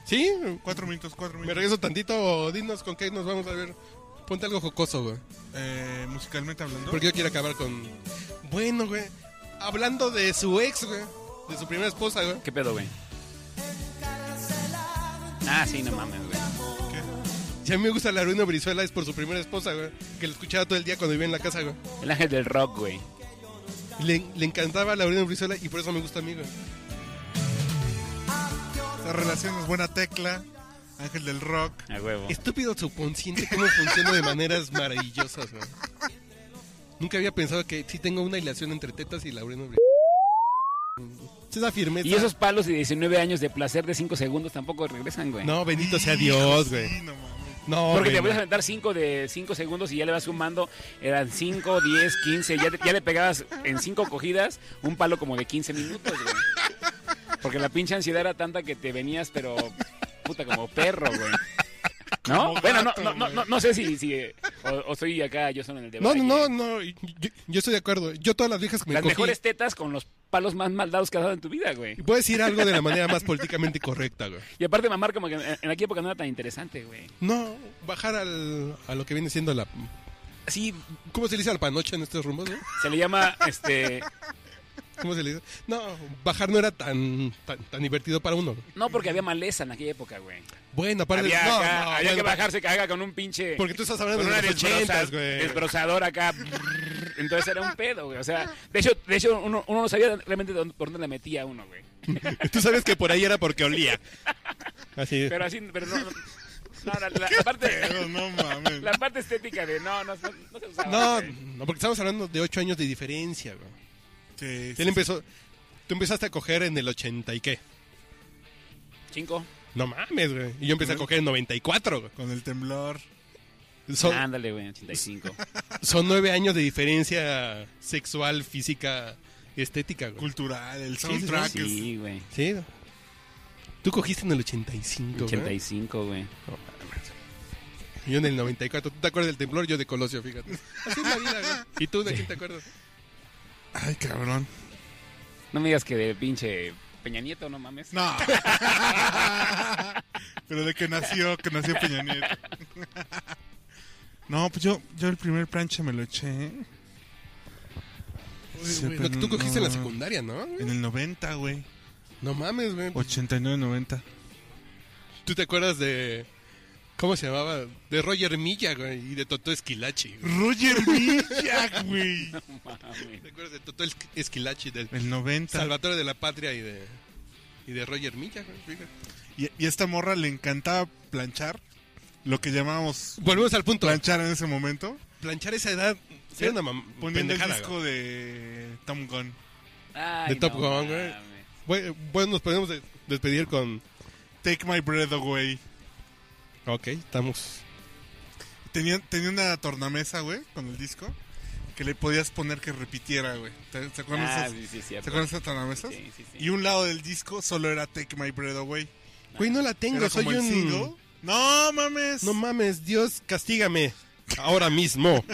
sí,
Cuatro minutos, cuatro
me
minutos.
regreso tantito o dinos con qué nos vamos a ver. Ponte algo jocoso, güey.
Eh, musicalmente hablando.
Porque yo quiero acabar con. Bueno, güey. Hablando de su ex, güey. De su primera esposa, güey.
¿Qué pedo, güey? Ah, sí, no mames, güey.
Si a mí me gusta la ruina Brizuela es por su primera esposa, güey. Que lo escuchaba todo el día cuando vivía en la casa, güey.
El ángel del rock, güey.
Le, le encantaba la ruina Brizuela y por eso me gusta a mí, güey.
La relación es buena tecla. Ángel del rock.
A huevo.
Estúpido subconsciente, cómo funciona de maneras maravillosas, güey. Nunca había pensado que sí tengo una hilación entre tetas y la ruina Brizuela. Es una firmeza.
Y esos palos de 19 años de placer de 5 segundos tampoco regresan, güey.
No, bendito sea Dios, güey.
Sí, no mames.
No,
Porque te
güey,
puedes
no.
aventar 5 de 5 segundos y ya le vas sumando. Eran 5, 10, 15. Ya, te- ya le pegabas en 5 cogidas un palo como de 15 minutos, güey. Porque la pinche ansiedad era tanta que te venías, pero puta, como perro, güey. ¿No?
Como
Bueno, no,
gato,
no, no, no,
güey.
no sé si, si eh, o, o soy acá, yo soy en el debate.
No, no, no, no, yo, yo estoy de acuerdo. Yo todas las viejas que me
Las
cogí-
mejores tetas con los palos más maldados que has dado en tu vida, güey.
Y Voy a decir algo de la manera más políticamente correcta, güey.
Y aparte mamar como que en, en aquella época no era tan interesante, güey.
No, bajar al, a lo que viene siendo la...
Sí,
¿Cómo se le dice al panocha en estos rumbos, güey?
se le llama, este...
¿Cómo se le dice? No, bajar no era tan, tan, tan divertido para uno. güey.
No, porque había maleza en aquella época, güey.
Bueno, aparte...
Había,
no,
acá-
no,
había
bueno,
que bajarse caga con un pinche...
Porque tú estás hablando
con
de
una
los ochentas,
desbrozadora,
güey.
desbrozadora acá. Entonces era un pedo, güey. O sea, de hecho, de hecho uno, uno no sabía realmente dónde- por dónde le metía a uno, güey.
Tú sabes que por ahí era porque olía. Así.
Pero así, pero no... no, no, la, la- la parte,
Pero no mames.
la parte estética de no, no, no, no se usaba.
No,
güey.
no, porque estamos hablando de ocho años de diferencia, güey.
Sí, sí,
Él empezó... Tú empezaste a coger en el 80 y qué.
Cinco.
No mames, güey. Y yo empecé a coger en 94, güey.
Con el temblor.
Son,
Ándale, güey, 85.
son nueve años de diferencia sexual, física, estética, güey.
Cultural, el
Sí,
soundtrack.
sí,
es-
Sí, güey.
Sí. Tú cogiste en el 85, güey.
85, güey.
Yo en el 94. ¿Tú te acuerdas del temblor? Yo de Colosio, fíjate. Así es la vida, güey. ¿Y tú de quién te acuerdas?
Ay, cabrón.
No me digas que de pinche Peña Nieto, no mames.
No. Pero de que nació, que nació Peña Nieto. No, pues yo, yo el primer plancha me lo eché Sí,
Lo que
pero
tú cogiste en la
no.
secundaria, ¿no?
en el 90, güey.
No mames, güey.
89-90.
¿Tú te acuerdas de... ¿Cómo se llamaba? De Roger Milla, güey. Y de Totó Esquilachi, güey.
Roger Villa, güey.
Mames.
¿Te acuerdas de Totó Esqu- Esquilachi? De
El 90.
Salvatore de la Patria y de... Y de Roger Milla, güey. Fíjate.
Y, y a esta morra le encantaba planchar. Lo que llamábamos
Volvemos al punto.
planchar en ese momento.
Planchar esa edad era una mam-
Poniendo el
pendejada, güey.
disco de Tom Gunn.
Ay,
De Top
no
Gun, güey.
mames.
Bueno, bueno, nos podemos de- despedir con...
Take My Breath Away.
Ok, estamos...
Tenía, tenía una tornamesa, güey, con el disco. Que le podías poner que repitiera, güey. ¿Te, te acuerdas?
Ah,
esas-
sí, sí, es
¿Te
cierto.
acuerdas de esas tornamesas?
Sí, sí, sí.
Y un lado del disco solo era Take My Breath Away.
Güey, no la tengo,
Era
soy
como el
un...
single. No mames.
No mames, Dios, castígame. Ahora mismo.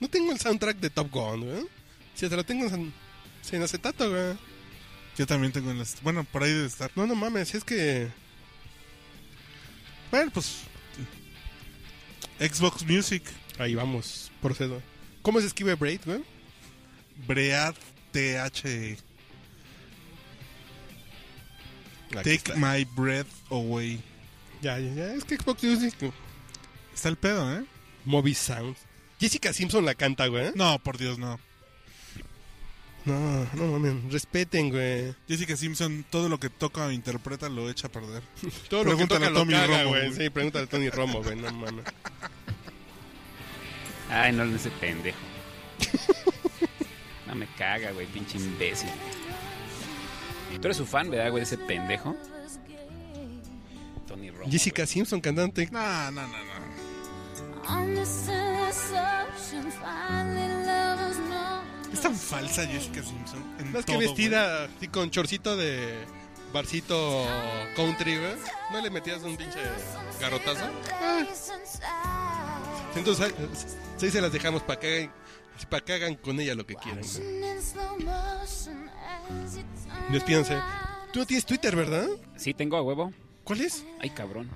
No tengo el soundtrack de Top Gun, güey. Si te lo tengo en, en acetato, güey.
Yo también tengo en las. Bueno, por ahí debe estar.
No, no mames, es que...
Bueno, pues. Xbox Music.
Ahí vamos, procedo. ¿Cómo se escribe Braid, güey?
Bread TH.
Aquí
Take
está.
My Breath Away.
Ya, ya, ya, es que Xbox Music...
Está el pedo, ¿eh?
Moby Sound. Jessica Simpson la canta, güey.
No, por Dios, no.
No, no mames, respeten, güey.
Jessica Simpson, todo lo que toca o interpreta lo echa a perder.
Todo lo que
Pregúntale
toca
a
lo
Tommy
caga,
Romo,
güey.
güey.
Sí, pregúntale a Tony Romo, güey, no mames.
Ay, no, no ese pendejo. No me caga, güey, pinche imbécil. Tú eres su fan, ¿verdad, güey, de ese pendejo? Tony Romo.
Jessica Simpson cantante.
No, no, no, no.
On this ocean, finally lovers know.
Es tan falsa Jessica Simpson. en
Más que
todo,
vestida así con chorcito de barcito country, güey. ¿No le metías un pinche garrotazo?
Ah.
Entonces ahí- ahí se las dejamos para que, hagan- pa' que hagan con ella lo que quieran. güey. Despídanse. Tú no tienes Twitter, ¿verdad?
Sí, tengo a huevo.
¿Cuál es?
Ay, cabrón.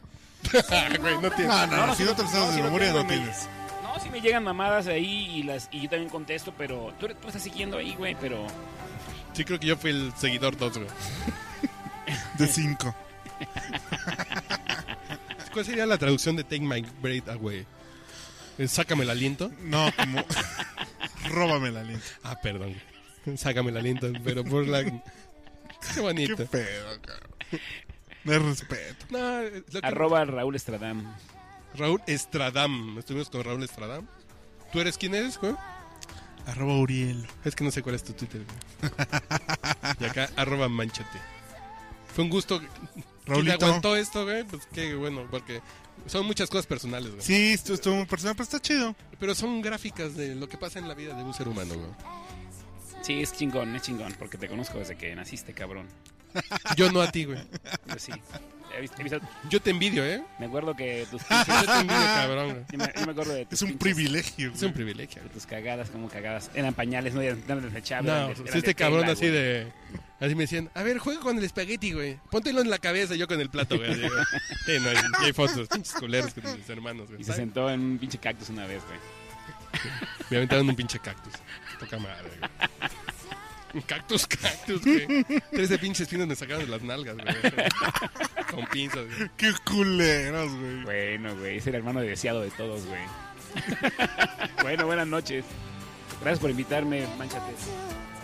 Ah, Güey, no
güey.
tienes.
No, no, no, si no te lo sabes
no,
de
si no
memoria, no
tengo en mi-
tienes.
No, sí me llegan mamadas ahí y las y yo también contesto, pero tú, eres- tú estás siguiendo ahí, güey, pero
Sí, creo que yo fui el seguidor 2, güey.
De cinco.
¿Cuál sería la traducción de Take My Breath Away? Eh, Sácame el aliento.
No, como. Róbame la aliento.
Ah, perdón. Sácame el aliento, pero por la. Qué
Qué
bonito.
pedo, cabrón. De respeto.
No, es lo que-
arroba Raúl Estradam.
Raúl Estradam. Estuvimos con Raúl Estradam. ¿Tú eres quién eres, güey?
Arroba Uriel.
Es que no sé cuál es tu Twitter, güey. Y acá, arroba manchate. Fue un gusto. ¿Quién le
Raulito.
aguantó esto, güey? Pues qué bueno, porque son muchas cosas personales, güey.
Sí, esto estuvo muy personal, pero está chido.
Pero son gráficas de lo que pasa en la vida de un ser humano, güey.
Sí, es chingón, es chingón, porque te conozco desde que naciste, cabrón.
Yo no a ti, güey.
Yo sí. He visto- he visto-
Yo te envidio, ¿eh?
me acuerdo que tus
Yo
pinches...
te envidio, cabrón. güey.
yo me, yo me acuerdo de tus
Es un
pinches-
privilegio.
Es un
güey.
privilegio.
de tus cagadas, como cagadas. Eran pañales, no eran eran desechables.
No,
eran de- eran
si este
de tela,
cabrón así
güey.
de... Así me decían, a ver, juega con el espagueti, güey. Póntelo en la cabeza y yo con el plato, güey. Así, güey. Sí, no, hay, hay fotos, pinches culeros con mis hermanos, güey.
Y se sentó en un pinche cactus una vez, güey.
Me aventaron un pinche cactus. Qué Poca madre, güey. Un cactus, cactus, güey. Tres de pinches pinos me sacaron de las nalgas, güey. Con pinzas, güey.
Qué culeros, güey.
Bueno, güey, es el hermano deseado de todos, güey. bueno, buenas noches. Gracias por invitarme, manchate.
to